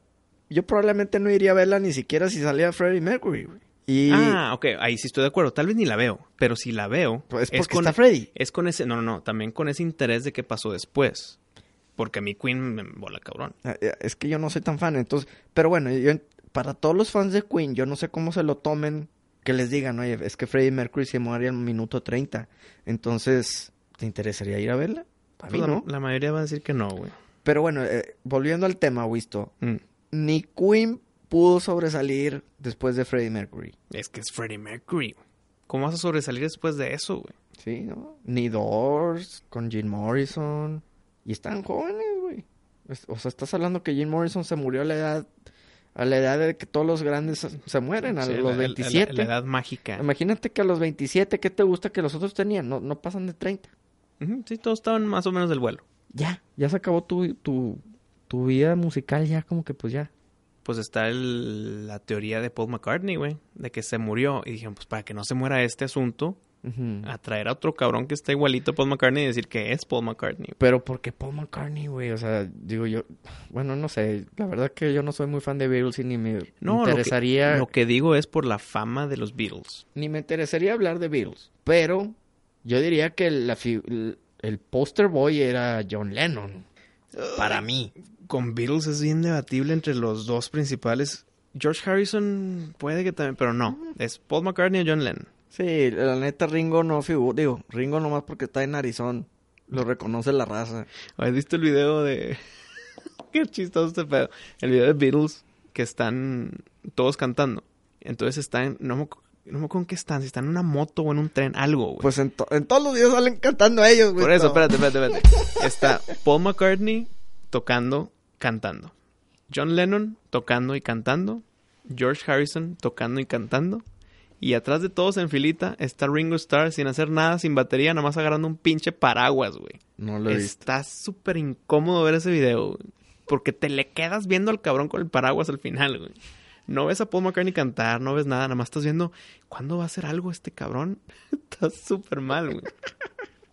yo probablemente no iría a verla ni siquiera si salía Freddie Mercury, güey. Y. Ah, ok, ahí sí estoy de acuerdo. Tal vez ni la veo, pero si la veo, Pues es es porque con está Freddy. Es con ese, no, no, no, también con ese interés de qué pasó después. Porque a mi Queen me bola cabrón. Ah, eh, Es que yo no soy tan fan, entonces, pero bueno, yo en- para todos los fans de Queen, yo no sé cómo se lo tomen, que les digan, oye, es que Freddie Mercury se muere al minuto 30, entonces, ¿te interesaría ir a verla? A mí Pues la, no. la mayoría va a decir que no, güey. Pero bueno, eh, volviendo al tema, Wisto, Mm. ni Queen pudo sobresalir después de Freddie Mercury, Es que es Freddie Mercury. güey. ¿Cómo vas a sobresalir después de eso, güey? ¿sí? ¿No? Ni Doors, con Jim Morrison, y están jóvenes, güey. Es- O sea, estás hablando que Jim Morrison se murió a la edad... A la edad de que todos los grandes se- se mueren, a Sí, la- los la- 27. La, la edad mágica. Imagínate que a los 27, ¿qué te gusta que los otros tenían? No, no pasan de 30. Ujú, Sí, todos estaban más o menos del vuelo. Ya, ya se acabó tu, tu, tu vida musical, ya como que pues ya. Pues está el- la teoría de Paul McCartney, güey, de que se murió. Y dijeron, pues para que no se muera este asunto, Ujú. atraer a otro cabrón que está igualito a Paul McCartney y decir que es Paul McCartney. Pero porque Paul McCartney, güey, o sea, digo yo, bueno, no sé, la verdad que yo no soy muy fan de Beatles y ni me No, lo que- interesaría, Lo que digo es por la fama de los Beatles. ni me interesaría hablar de Beatles, pero yo diría que la fi- el, el poster boy era John Lennon, para mí. con Beatles es bien debatible entre los dos principales. George Harrison puede que también, pero no. Es Paul McCartney o John Lennon. Sí, la neta Ringo no figura, digo, Ringo nomás porque está en Arizona, lo reconoce la raza. ¿Has visto el video de... Qué chistoso este pedo. El video de Beatles que están todos cantando. Entonces están... No me, acu- no me acuerdo en qué están. Si están en una moto o en un tren, algo, güey. Pues en, to- en todos los videos salen cantando ellos, güey. Por eso, No. espérate, espérate, espérate. Está Paul McCartney tocando, cantando. John Lennon tocando y cantando. George Harrison tocando y cantando. Y atrás de todos en filita está Ringo Starr sin hacer nada, sin batería, nada más agarrando un pinche paraguas, güey. No lo he visto. Está súper incómodo ver ese video, güey, Porque te le quedas viendo al cabrón con el paraguas al final, güey. No ves a Paul McCartney cantar, no ves nada, nada más estás viendo cuándo va a hacer algo este cabrón. Está súper mal, güey.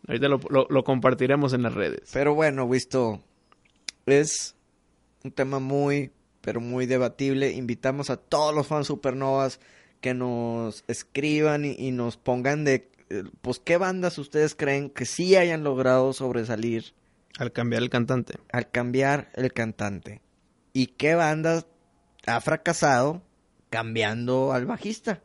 Ahorita lo, lo- lo compartiremos en las redes. Pero bueno, visto, es un tema muy, pero muy debatible. Invitamos a todos los fans supernovas que nos escriban y, y nos pongan de eh, pues, ¿qué bandas ustedes creen que sí hayan logrado sobresalir Al cambiar el cantante. al cambiar el cantante? ¿Y qué bandas ha fracasado cambiando al bajista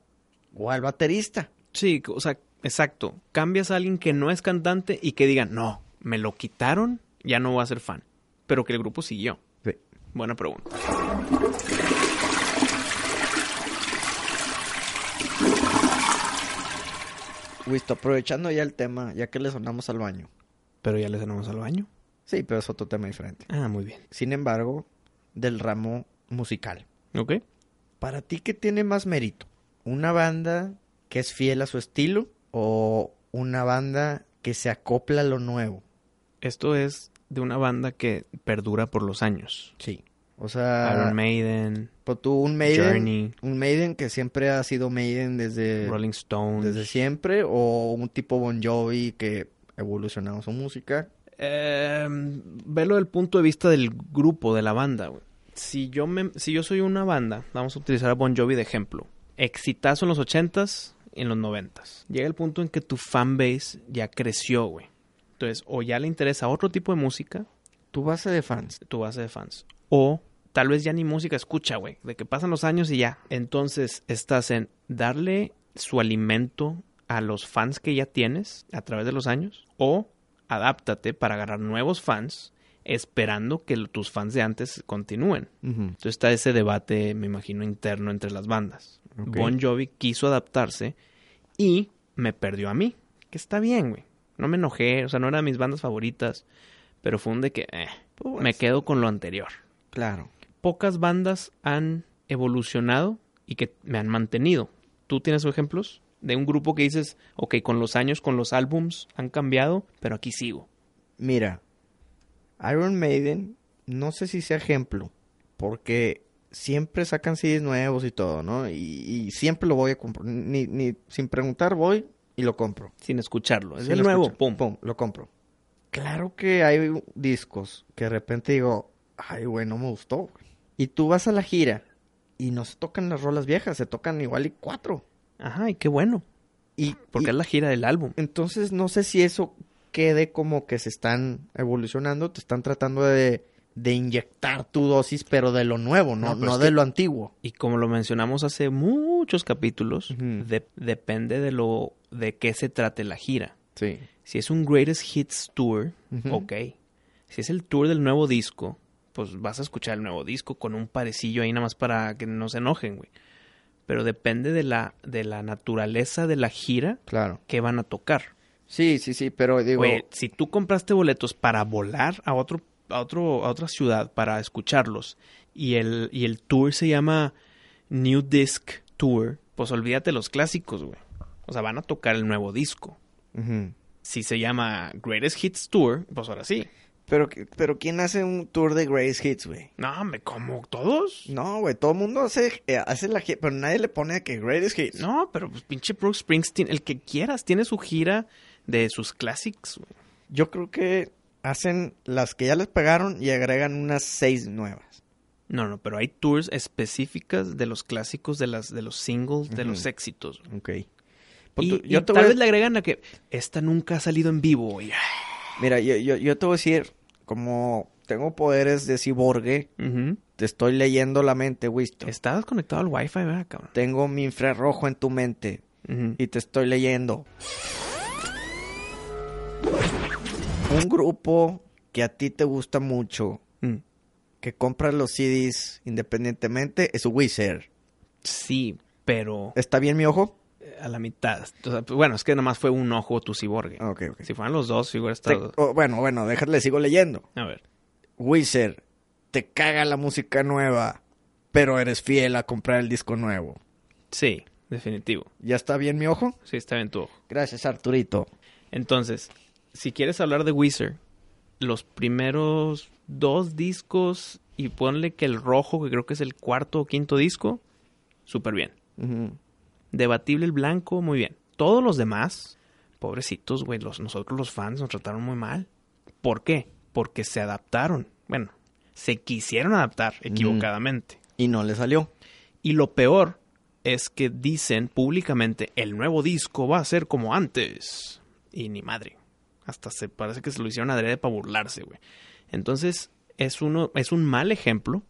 o al baterista? Sí, o sea, exacto. Cambias a alguien que no es cantante y que diga, no, me lo quitaron, ya no voy a ser fan. Pero que el grupo siguió. Buena pregunta. Listo, aprovechando ya el tema, ya que le sonamos al baño. Pero ya le sonamos al baño. Sí, pero es otro tema diferente. Ah, muy bien. Sin embargo, del ramo musical. Ok. ¿Para ti qué tiene más mérito? ¿Una banda que es fiel a su estilo o una banda que se acopla a lo nuevo? Esto es de una banda que perdura por los años. Sí. O sea, Iron Maiden, pues tú un Ah, Maiden, Journey. un Maiden que siempre ha sido Maiden desde Rolling Stones. eh, desde siempre o un tipo Bon Jovi que evolucionado su música. Eh, velo del punto de vista del grupo, de la banda. güey. Si yo, me, si yo soy una banda, vamos a utilizar a Bon Jovi de ejemplo. Exitazo en los 80s y en los 90s. Llega el punto en que tu fanbase ya creció, güey. Entonces, o ya le interesa otro tipo de música, Tu base de fans. tu base de fans. O tal vez ya ni música escucha, güey. De que pasan los años y ya. Entonces estás en darle su alimento a los fans que ya tienes a través de los años. O adáptate para agarrar nuevos fans esperando que tus fans de antes continúen. Entonces está ese debate, me imagino, interno entre las bandas. Ok. Bon Jovi quiso adaptarse y me perdió a mí. Que está bien, güey. No me enojé, o sea, no era de mis bandas favoritas, pero fue un de que eh, Pues, me quedo con lo anterior. Claro. Pocas bandas han evolucionado y que me han mantenido. ¿Tú tienes ejemplos de un grupo que dices, ok, con los años, con los álbums han cambiado, pero aquí sigo? Mira, Iron Maiden, no sé si sea ejemplo, porque siempre sacan CDs nuevos y todo, ¿no? Y, y siempre lo voy a comprar, ni, ni sin preguntar voy y lo compro. Sin escucharlo. Es Sí el lo nuevo, escucho. pum. lo compro. Claro que hay discos que de repente digo, ay, güey, no me gustó. güey". Y tú vas a la gira y no se tocan las rolas viejas, se tocan igual y cuatro. Ajá, y qué bueno, Y, porque y- es la gira del álbum. entonces no sé si eso quede como que se están evolucionando, te están tratando de, de inyectar tu dosis, pero de lo nuevo, No, no, pero no es de que- lo antiguo. Y como lo mencionamos hace muchos capítulos, Ujú. de- depende de lo de qué se trate la gira. Sí. Si es un Greatest Hits Tour, Ujú. ok. Si es el tour del nuevo disco, pues vas a escuchar el nuevo disco con un parecillo ahí nada más para que no se enojen, güey. Pero depende de la, de la naturaleza de la gira Claro. que van a tocar. Sí, sí, sí, pero digo, Güey, si tú compraste boletos para volar a otro, a otro, a otra ciudad para escucharlos, y el, y el tour se llama New Disc Tour, pues olvídate los clásicos, güey. O sea, van a tocar el nuevo disco. ujú. Si se llama Greatest Hits Tour, pues ahora sí. pero, pero ¿quién hace un tour de Grace Hits, güey? No, me como todos. No, güey, todo el mundo hace, eh, hace la gira, pero nadie le pone que Greatest Hits. No, pero pues pinche Brooks Springsteen, el que quieras, tiene su gira de sus clásicos. güey. Yo creo que hacen las que ya les pegaron y agregan unas seis nuevas. No, no, pero hay tours específicas de los clásicos, de las, de los singles, de Ujú. los éxitos. güey. Ok. Y, y tal vez le agregan a que esta nunca ha salido en vivo. güey. Mira, yo, yo, yo te voy a decir, como tengo poderes de ciborgue, te estoy leyendo la mente, Wisto. Estabas conectado al wifi, ¿verdad, cabrón? Tengo mi infrarrojo en tu mente Ujú. y te estoy leyendo. Un grupo que a ti te gusta mucho, Mm. que compra los CDs independientemente, es Wizard. Sí, pero ¿Está bien mi ojo? eh, a la mitad. O sea, pues, bueno, es que nada más fue un ojo tu ciborgue. Ah, Ok, ok. Si fueran los dos, figura Te- estado. oh, bueno, bueno, déjale, sigo leyendo. A ver. Wizard, te caga la música nueva, pero eres fiel a comprar el disco nuevo. Sí, definitivo. ¿Ya está bien mi ojo? Sí, está bien tu ojo. Gracias, Arturito. Entonces, si quieres hablar de Wizard, los primeros dos discos y ponle que el rojo, que creo que es el cuarto o quinto disco, súper bien. Debatible el blanco, muy bien. Todos los demás, pobrecitos, güey, los, nosotros los fans nos trataron muy mal. ¿Por qué? Porque se adaptaron. Bueno, se quisieron adaptar equivocadamente. Y no le salió. Y lo peor es que dicen públicamente el nuevo disco va a ser como antes. Y ni madre. Hasta se parece que se lo hicieron adrede para burlarse, güey. Entonces, es uno, es un mal ejemplo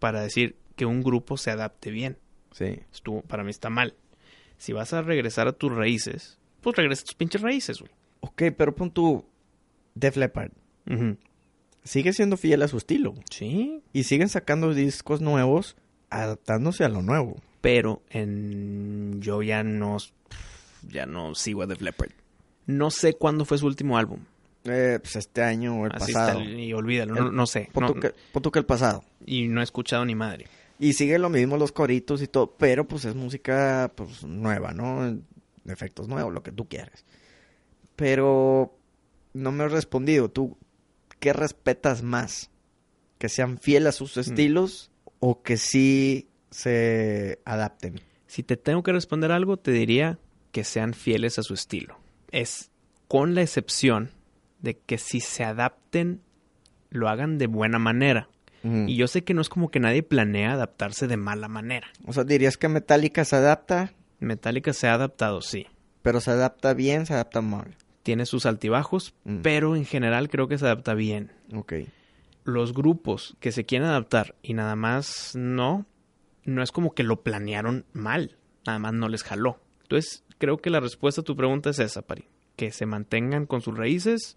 para decir que un grupo se adapte bien. Sí. Estuvo, para mí está mal. Si vas a regresar a tus raíces, pues regresa a tus pinches raíces, güey. Ok, pero pon tú. Def Leppard Ujú. sigue siendo fiel a su estilo. Sí, Y siguen sacando discos nuevos, adaptándose a lo nuevo. pero en yo ya no ya no sigo a Def Leppard. No sé cuándo fue su último álbum. Eh, pues este año o el Así pasado. está, y olvídalo, no, no sé. Pon no- tú que- pon tú que el pasado. y no he escuchado ni madre. Y sigue lo mismo los coritos y todo, pero pues es música pues nueva, ¿no? Efectos nuevos, lo que tú quieras. Pero no me has respondido, ¿tú qué respetas más? ¿Que sean fieles a sus estilos o que sí se adapten? Si te tengo que responder algo, te diría que sean fieles a su estilo. Es con la excepción de que si se adapten, lo hagan de buena manera. Y yo sé que no es como que nadie planea adaptarse de mala manera. O sea, dirías que Metallica se adapta, Metallica se ha adaptado, sí. pero se adapta bien, se adapta mal. Tiene sus altibajos, Mm. pero en general creo que se adapta bien. Ok. Los grupos que se quieren adaptar y nada más no, no es como que lo planearon mal. Nada más no les jaló. Entonces, creo que la respuesta a tu pregunta es esa, Pari. Que se mantengan con sus raíces,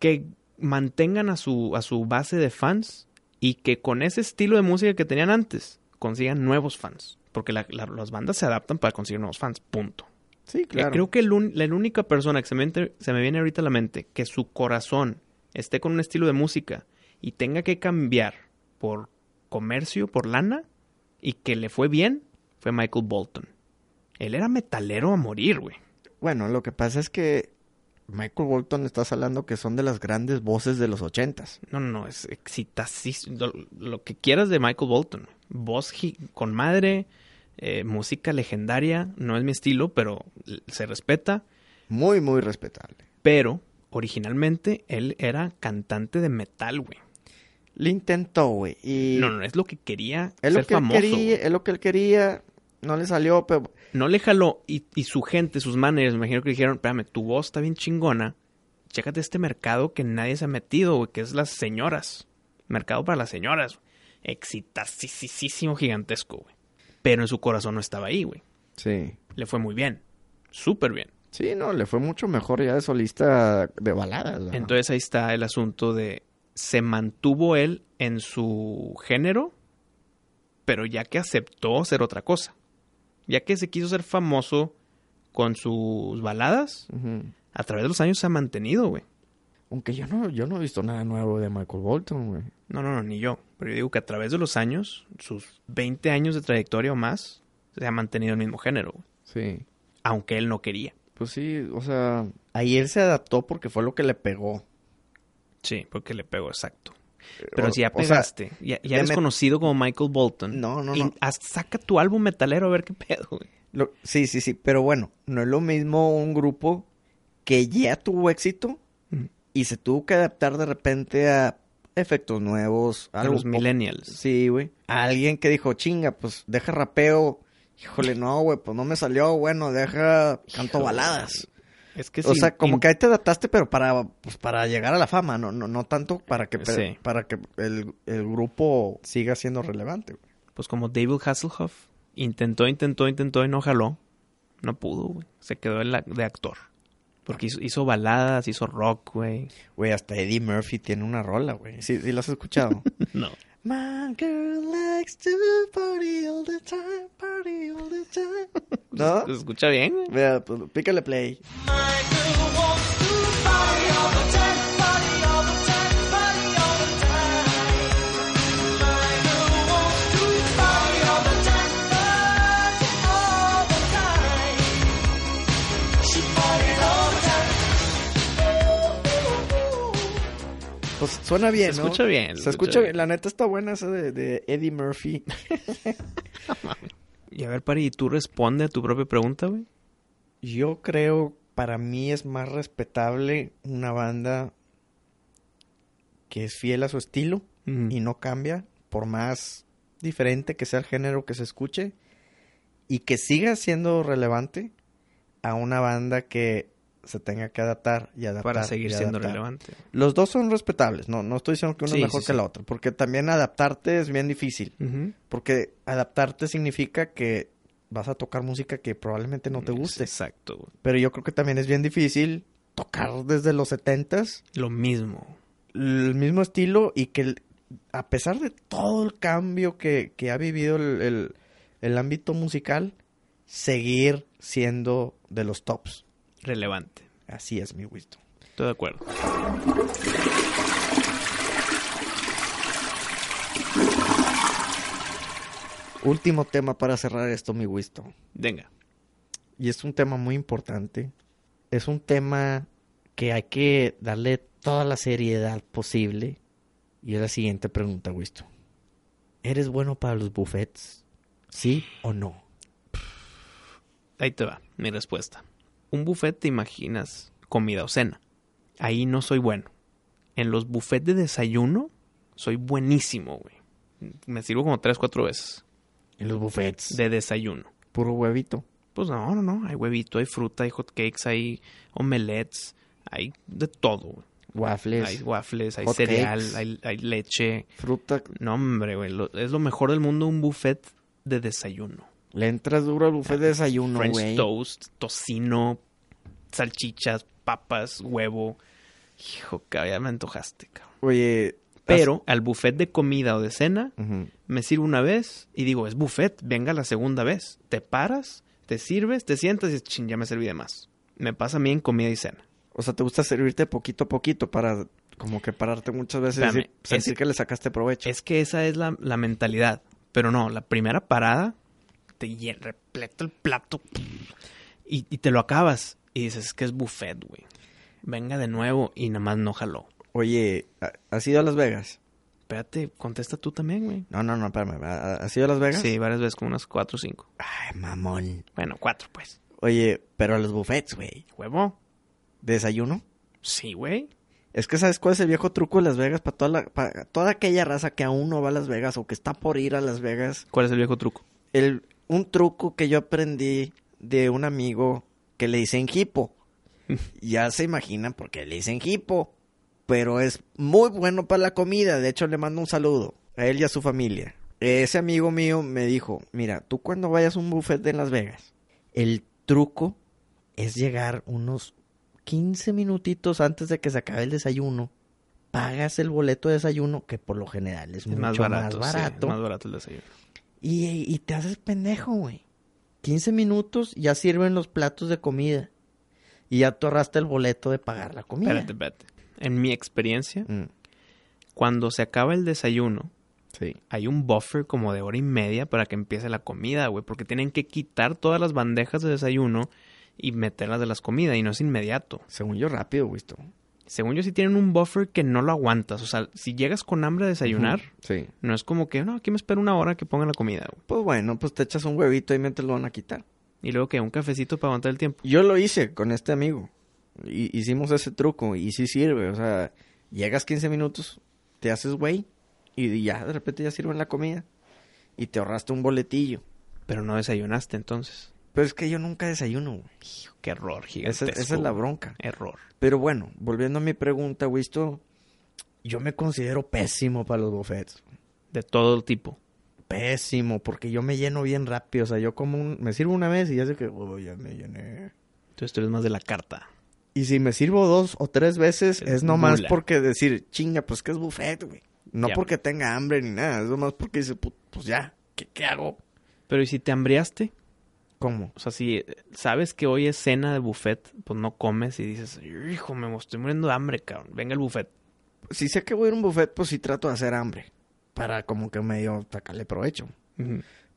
que mantengan a su, a su base de fans y que con ese estilo de música que tenían antes consigan nuevos fans. Porque la- la- las bandas se adaptan para conseguir nuevos fans, punto. Sí, Que claro. Eh, Creo que el un- la única persona que se me, enter- se me viene ahorita a la mente que su corazón esté con un estilo de música y tenga que cambiar por comercio, por lana, y que le fue bien, fue Michael Bolton. Él era metalero a morir, güey. Bueno, lo que pasa es que Michael Bolton estás hablando que son de las grandes voces de los ochentas. No, no, es excitasísimo. Lo, lo que quieras de Michael Bolton. Voz gi- con madre, eh, música legendaria. No es mi estilo, pero l- se respeta. Muy, muy respetable. Pero originalmente él era cantante de metal, güey. Lo intentó, güey. Y No, no, es lo que quería ser es lo que él famoso. quería, güey. es lo que él quería. No le salió, pero No le jaló y, y su gente, sus managers, me imagino que le dijeron, espérame, tu voz está bien chingona. Chécate este mercado que nadie se ha metido, güey, que es las señoras. Mercado para las señoras. Excitasísimo gigantesco, güey. Pero en su corazón no estaba ahí, güey. sí. Le fue muy bien. Súper bien. Sí, no, le fue mucho mejor ya de solista de baladas. ¿no? Entonces ahí está el asunto de se mantuvo él en su género, pero ya que aceptó ser otra cosa. Ya que se quiso ser famoso con sus baladas, Ujú. a través de los años se ha mantenido, güey. Aunque yo no, yo no he visto nada nuevo de Michael Bolton, güey. No, no, no, ni yo. Pero yo digo que a través de los años, sus 20 años de trayectoria o más, se ha mantenido el mismo género, güey. Sí. aunque él no quería. Pues sí, o sea, ahí él se adaptó porque fue lo que le pegó. Sí, porque le pegó exacto. Pero Eh, O- si ya o sea, pegaste, ya, ya de eres met- conocido como Michael Bolton. No, no, Y no. haz- saca tu álbum metalero a ver qué pedo, güey. Lo- sí, sí, sí. Pero bueno, no es lo mismo un grupo que ya tuvo éxito Mm. y se tuvo que adaptar de repente a efectos nuevos, A algo los po- millennials. Sí, güey. A alguien que dijo, chinga, pues deja rapeo. Híjole, no, güey, pues no me salió. Bueno, deja canto Híjole. baladas. Es que O sí, sea, como in- que ahí te adaptaste, pero para, pues, para llegar a la fama, no, no, no tanto para que, pe- Sí. para que el, el grupo siga siendo relevante. güey. Pues como David Hasselhoff intentó, intentó, intentó y no jaló. No pudo, güey. Se quedó en la- de actor. Porque hizo, hizo baladas, hizo rock, güey. Güey, hasta Eddie Murphy tiene una rola, güey. Sí, sí, lo has escuchado. No. My girl likes to party all the time, party all the time. ¿No? ¿Se escucha bien, güey? Vea, pues, pícale play. Pues suena bien, Se ¿no? escucha bien, Se escucha bien. La neta está buena esa de, de Eddie Murphy. Y a ver, Pari, ¿tú responde a tu propia pregunta, güey? Yo creo, para mí es más respetable una banda que es fiel a su estilo Mm. y no cambia, por más diferente que sea el género que se escuche, y que siga siendo relevante a una banda que se tenga que adaptar y adaptar. para seguir y siendo adaptar. relevante. Los dos son respetables, no, no estoy diciendo que uno Sí, es mejor sí, que sí. la otra, porque también adaptarte es bien difícil, Ujú. porque adaptarte significa que vas a tocar música que probablemente no te guste, Exacto, güey. pero yo creo que también es bien difícil tocar desde los setentas Lo mismo. el mismo estilo y que el- a pesar de todo el cambio que, que ha vivido el, el- el ámbito musical, seguir siendo de los tops. Relevante. Así es mi Wisto. Estoy de acuerdo. Último tema para cerrar esto, mi Wisto. Venga. Y es un tema muy importante. Es un tema que hay que darle toda la seriedad posible. Y es la siguiente pregunta, Wisto. ¿Eres bueno para los buffets? ¿Sí o no? Ahí te va mi respuesta. Un buffet te imaginas comida o cena. Ahí no soy bueno. En los buffets de desayuno soy buenísimo, güey. Me sirvo como tres, cuatro veces En los buffets. de desayuno. puro huevito. Pues no, no, no. Hay huevito, hay fruta, hay hotcakes, hay omelets, hay de todo. güey. Waffles. Hay waffles, hay Hot cereal, cakes. hay, hay leche. Fruta. No, hombre, güey. lo- es lo mejor del mundo un buffet de desayuno. Le entras duro al buffet de desayuno, French güey. toast, tocino, salchichas, papas, huevo. Hijo, cabrón, ya me antojaste, cabrón. Oye, Pero al buffet de comida o de cena, Ujú. me sirvo una vez y digo, es buffet, venga la segunda vez. Te paras, te sirves, te sientas y dices, chin, ya me serví de más. Me pasa a mí en comida y cena. O sea, te gusta servirte poquito a poquito para como que pararte muchas veces y Espérame, decir- sentir ese- que le sacaste provecho. Es que esa es la, la mentalidad. Pero no, la primera parada, te llen- repleto el plato y, y te lo acabas. Y dices, es que es buffet, güey. Venga de nuevo y nada más no jaló. Oye, ¿ha- ¿has ido a Las Vegas? Espérate, contesta tú también, güey. No, no, no, espérame. ¿ha- ¿Has ido a Las Vegas? Sí, varias veces, como unas cuatro o cinco. Ay, mamón. Bueno, cuatro, pues. Oye, pero a los buffets, güey. ¿Huevo? ¿Desayuno? Sí, güey. Es que ¿sabes cuál es el viejo truco de Las Vegas? Para toda, la, para toda aquella raza que aún no va a Las Vegas o que está por ir a Las Vegas. ¿Cuál es el viejo truco? el, un truco que yo aprendí de un amigo que le dicen hipo. ya se imaginan por qué le dicen hipo. Pero es muy bueno para la comida. De hecho, le mando un saludo a él y a su familia. Ese amigo mío me dijo, mira, tú cuando vayas a un buffet de Las Vegas, el truco es llegar unos 15 minutitos antes de que se acabe el desayuno. Pagas el boleto de desayuno, que por lo general es, Es mucho más barato. más sí, barato. es más barato el desayuno. Y, y te haces pendejo, güey. 15 minutos ya sirven los platos de comida. Y ya tú ahorraste el boleto de pagar la comida. Espérate, espérate. En mi experiencia, Mm, cuando se acaba el desayuno, sí. hay un buffer como de hora y media para que empiece la comida, güey, porque tienen que quitar todas las bandejas de desayuno y meterlas de las comidas y no es inmediato. Según yo, rápido, güey. esto. Según yo, si tienen un buffer que no lo aguantas, o sea, si llegas con hambre a desayunar, Ujú, Sí. no es como que, no, aquí me espero una hora que pongan la comida, güey. Pues bueno, pues te echas un huevito y mientras lo van a quitar. Y luego que un cafecito para aguantar el tiempo. Yo lo hice con este amigo. Y- hicimos ese truco y sí sirve. O sea, llegas 15 minutos, te haces güey y ya de repente ya sirven la comida. Y te ahorraste un boletillo. Pero no desayunaste entonces. Pero es que yo nunca desayuno, güey. Hijo, qué error Esa- gigantesco. esa es la bronca. Error. Pero bueno, volviendo a mi pregunta, Wisto, yo me considero pésimo para los buffets. De todo tipo. Pésimo, porque yo me lleno bien rápido. O sea, yo como un- me sirvo una vez y ya sé que "Oh, ya me llené. Entonces tú eres más de la carta. Y si me sirvo dos o tres veces, Es es, nomás gula. porque decir, chinga, pues que es buffet, güey. No Ya. porque tenga hambre ni nada, es nomás porque dice, "Pu- pues ya, ¿qué, qué hago? Pero ¿y si te hambriaste? ¿Cómo? O sea, si eh, sabes que hoy es cena de buffet, pues no comes y dices, hijo, me estoy muriendo de hambre, cabrón. Venga el buffet. Si sé que voy a ir a un buffet, pues sí trato de hacer hambre. Para como que medio sacarle provecho. Pues,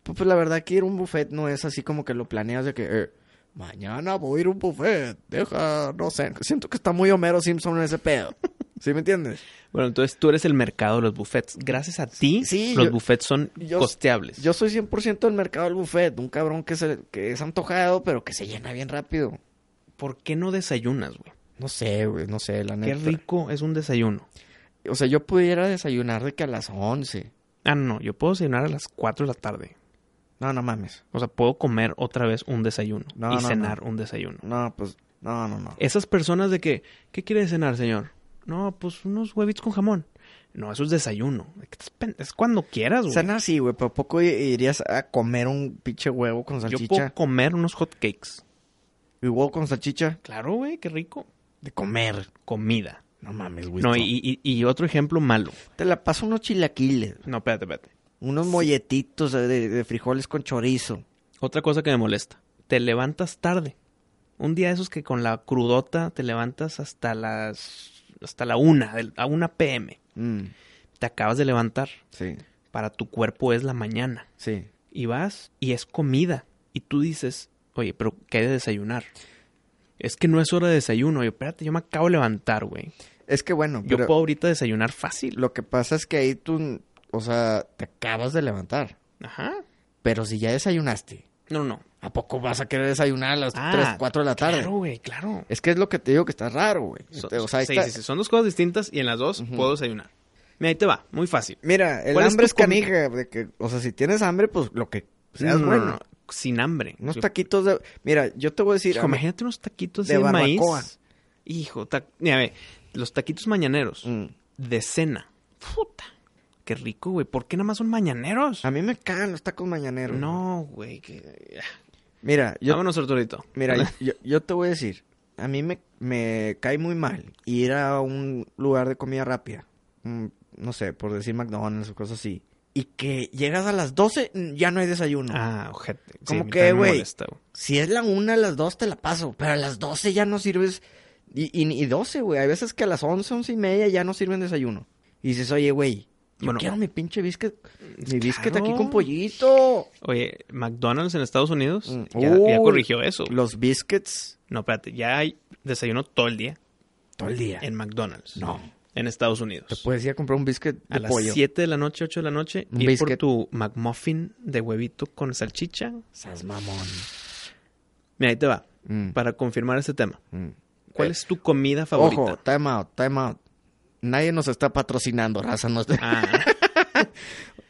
pues, la verdad que ir a un buffet no es así como que lo planeas de que eh, mañana voy a ir a un buffet, deja, no sé. Siento que está muy Homero Simpson en ese pedo. ¿Sí me entiendes? Bueno, entonces tú eres el mercado de los buffets. Gracias a ti, Sí, los yo- buffets son yo- costeables. Yo soy 100% del mercado del buffet, un cabrón que, se, que es antojado pero que se llena bien rápido. ¿Por qué no desayunas, güey? No sé, güey, no sé, la Qué neta. rico es un desayuno. O sea, yo pudiera desayunar de que a las 11. Ah, no, no, yo puedo desayunar a las 4 de la tarde. No, no mames. O sea, puedo comer otra vez un desayuno No, y no, cenar un desayuno. No, pues, no, no, no. Esas personas de que, ¿qué quiere cenar, señor? No, pues unos huevitos con jamón. No, eso es desayuno. Es pen- Es cuando quieras, güey. Sana así, güey, pero ¿a poco i- irías a comer un pinche huevo con Yo salchicha? puedo comer unos hot cakes. ¿Y huevo con salchicha? Claro, güey, qué rico. De comer. Comida. No mames, güey. No, y, y- y otro ejemplo malo. Te la paso unos chilaquiles, No, espérate, espérate. unos molletitos de, de- de frijoles con chorizo. Otra cosa que me molesta. Te levantas tarde. Un día de esos que con la crudota te levantas hasta las... hasta la una, del- a una pm. Mm, Te acabas de levantar. sí, Para tu cuerpo es la mañana. sí. y vas y es comida. Y tú dices, oye, pero ¿qué hay de desayunar? Es que no es hora de desayuno. Oye, espérate, yo me acabo de levantar, güey. Es que bueno, Yo pero puedo ahorita desayunar fácil. lo que pasa es que ahí tú, o sea, te acabas de levantar. Ajá. Pero si ya desayunaste, No, no. ¿a poco vas a querer desayunar a las Ah, 3, 4 de la tarde? Claro, güey, claro. Es que es lo que te digo que está raro, güey. Son, Este, o sea, ahí sí, está- sí, sí, son dos cosas distintas y en las dos Ujú. puedo desayunar. Mira, ahí te va. Muy fácil. Mira, el ¿Cuál es hambre tu es, canija. de que, o sea, si tienes hambre, pues lo que seas No, no, bueno. no, Sin hambre. Unos Yo- taquitos de... Mira, yo te voy a decir... Hijo, a mí- imagínate unos taquitos de así de, maíz. barbacoa. Hijo, ta- mira, ve, los taquitos mañaneros Mm. de cena. Puta. Qué rico, güey. ¿Por qué nada más son mañaneros? A mí me cagan los tacos mañaneros. No, güey. Que... Mira, yo, Vámonos, Arturito. mira yo, yo te voy a decir... A mí me, me cae muy mal ir a un lugar de comida rápida. Mm, no sé, por decir McDonald's o cosas así. Y que llegas a las 12, mm, ya no hay desayuno. Ah, ojete. ¿Cómo a mí que, también me güey? molesta, güey? Si es la una, a las dos te la paso. Pero a las doce ya no sirves. Y, y, y doce, güey. Hay veces que a las once, once y media ya no sirven desayuno. Y dices, oye, güey, yo Bueno. quiero mi pinche biscuit. Mi biscuit Claro. aquí con pollito. Oye, McDonald's en Estados Unidos Mm. ya, ya Uy. corrigió eso. Los biscuits No, espérate. Ya hay desayuno todo el día todo el día. en McDonald's. No. En Estados Unidos. Te puedes ir Pues a comprar un biscuit de a las pollo. 7 de la noche, 8 de la noche, Un ir por biscuit. tu McMuffin de huevito con salchicha. Sas mamón. Mira, ahí te va. Mm, Para confirmar este tema. mm. ¿Cuál Eh, es tu comida favorita? Ojo, time out, time out. Nadie nos está patrocinando, raza. No está- Ah,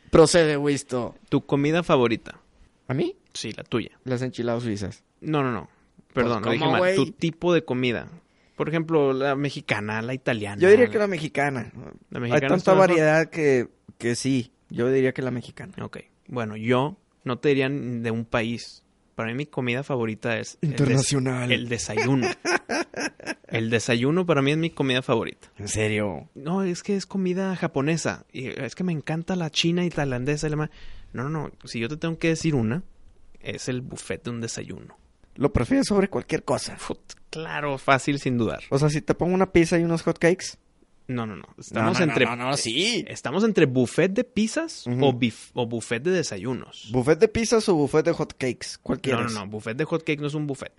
Procede, Wisto. tu comida favorita. ¿A mí? Sí, la tuya. Pues, Las enchiladas suizas. No, no, no. Perdón, lo ¿cómo, dije mal. güey? Tu tipo de comida. Por ejemplo, la mexicana, la italiana. Yo diría que la mexicana. La mexicana Hay tanta está mejor. variedad que, que sí. Yo diría que la mexicana. Ok. Bueno, yo no te diría ni de un país. Para mí mi comida favorita es... el des- Internacional. El, desayuno. el desayuno para mí es mi comida favorita. En serio. No, es que es comida japonesa. Y es que me encanta la china y tailandesa. y la ma- No, no, no. Si yo te tengo que decir una, es el buffet de un desayuno. Lo prefieres sobre cualquier cosa. Fut, claro, fácil, sin dudar. O sea, si te pongo una pizza y unos hotcakes. No, no, no. Estamos no, no, entre... no, no, sí. Estamos entre buffet de pizzas Ujú. o, bif- o buffet de desayunos. ¿Buffet de pizzas o buffet de hotcakes? no, ¿Cuál no, quieres? no. Mm. Buffet de hotcake no es un buffet.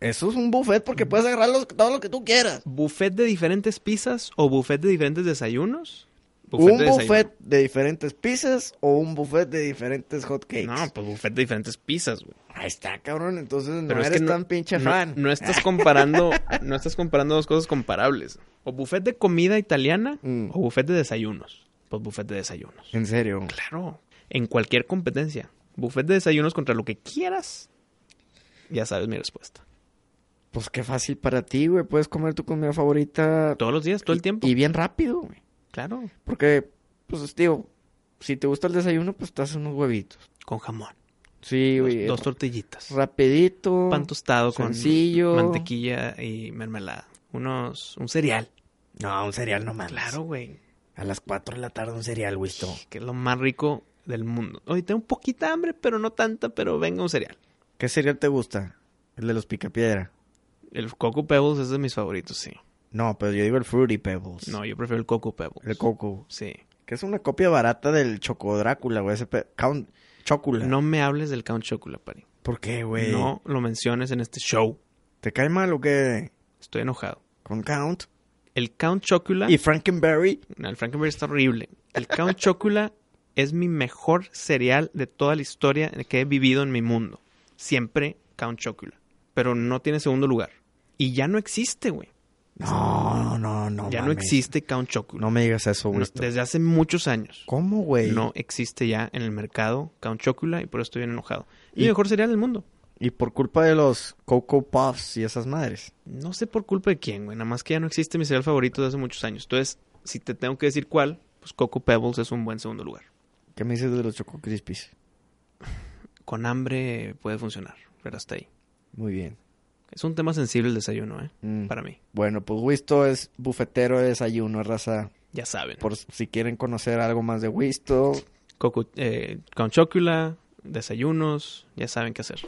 Eso es un buffet porque puedes agarrar los- todo lo que tú quieras. ¿Buffet de diferentes pizzas o buffet de diferentes desayunos? Buffet un de desayuno. buffet de diferentes pizzas o un buffet de diferentes hotcakes. No, pues buffet de diferentes pizzas, güey. Ahí está, cabrón. Entonces no Pero es eres que no- tan pinche no- fan. No estás comparando, no estás comparando dos cosas comparables. O buffet de comida italiana Mm. o buffet de desayunos. Pues buffet de desayunos. En serio. Claro, en cualquier competencia. Buffet de desayunos contra lo que quieras. Ya sabes mi respuesta. Pues qué fácil para ti, güey. Puedes comer tu comida favorita. Todos los días, todo el tiempo. Y bien rápido, güey. Claro. Porque, pues, digo, si te gusta el desayuno, pues te haces unos huevitos. Con jamón. Sí, Dos- güey. dos tortillitas. Rapidito. Pan tostado con sencillo. mantequilla y mermelada. Unos, un cereal. No, un cereal no mames. Claro, güey. A las 4 de la tarde un cereal, Wisto. Que es lo más rico del mundo. Oye, tengo un poquita hambre, pero no tanta, pero venga un cereal. ¿Qué cereal te gusta? El de los picapiedra. El Coco Pebbles es de mis favoritos, sí. No, pero yo digo el Fruity Pebbles. No, yo prefiero el Coco Pebbles. El Coco. Sí. Que es una copia barata del Choco Drácula, güey. Ese pe... Count... Chocula. No me hables del Count Chocolate, Pari. ¿Por qué, güey? No lo menciones en este show. ¿Te cae mal o qué? Estoy enojado. Con Count. El Count Chocolate... ¿Y Frankenberry? No, el Frankenberry está horrible. El Count Chocula es mi mejor cereal de toda la historia que he vivido en mi mundo. Siempre Count Chocula. Pero no tiene segundo lugar. Y ya no existe, güey. No, no, no, no. ya no mames. existe Count Chocula. No me digas eso, No, Wisto. desde hace muchos años. ¿Cómo, güey? No existe ya en el mercado Count Chocula y por eso estoy bien enojado. Y, Y- mejor cereal del mundo. Y por culpa de los Coco Puffs y esas madres. No sé por culpa de quién, güey. Nada más que ya no existe mi cereal favorito desde hace muchos años. Entonces, si te tengo que decir cuál, pues Coco Pebbles es un buen segundo lugar. ¿Qué me dices de los Choco Crispies? Con hambre puede funcionar, pero hasta ahí. Muy bien. Es un tema sensible el desayuno, ¿eh? Mm. Para mí. Bueno, pues Wisto es bufetero de desayuno, raza. Ya saben. Por si quieren conocer algo más de Wisto, Coco, eh, Count Chocula, desayunos, ya saben qué hacer.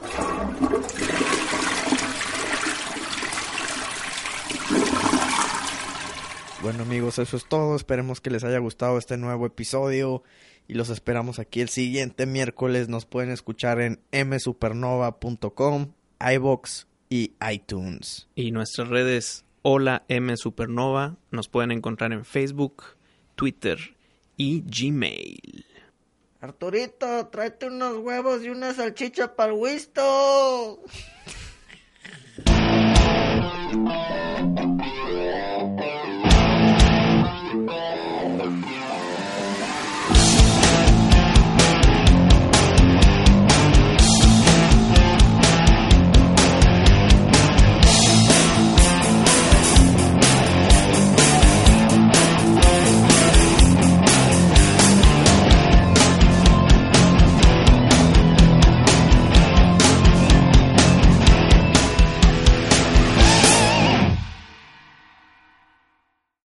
Bueno amigos, eso es todo. Esperemos que les haya gustado este nuevo episodio y los esperamos aquí el siguiente miércoles. Nos pueden escuchar en msupernova.com, iBox y iTunes. Y nuestras redes Hola M Supernova nos pueden encontrar en Facebook, Twitter y Gmail. Arturito, tráete unos huevos y una salchicha para el Wisto.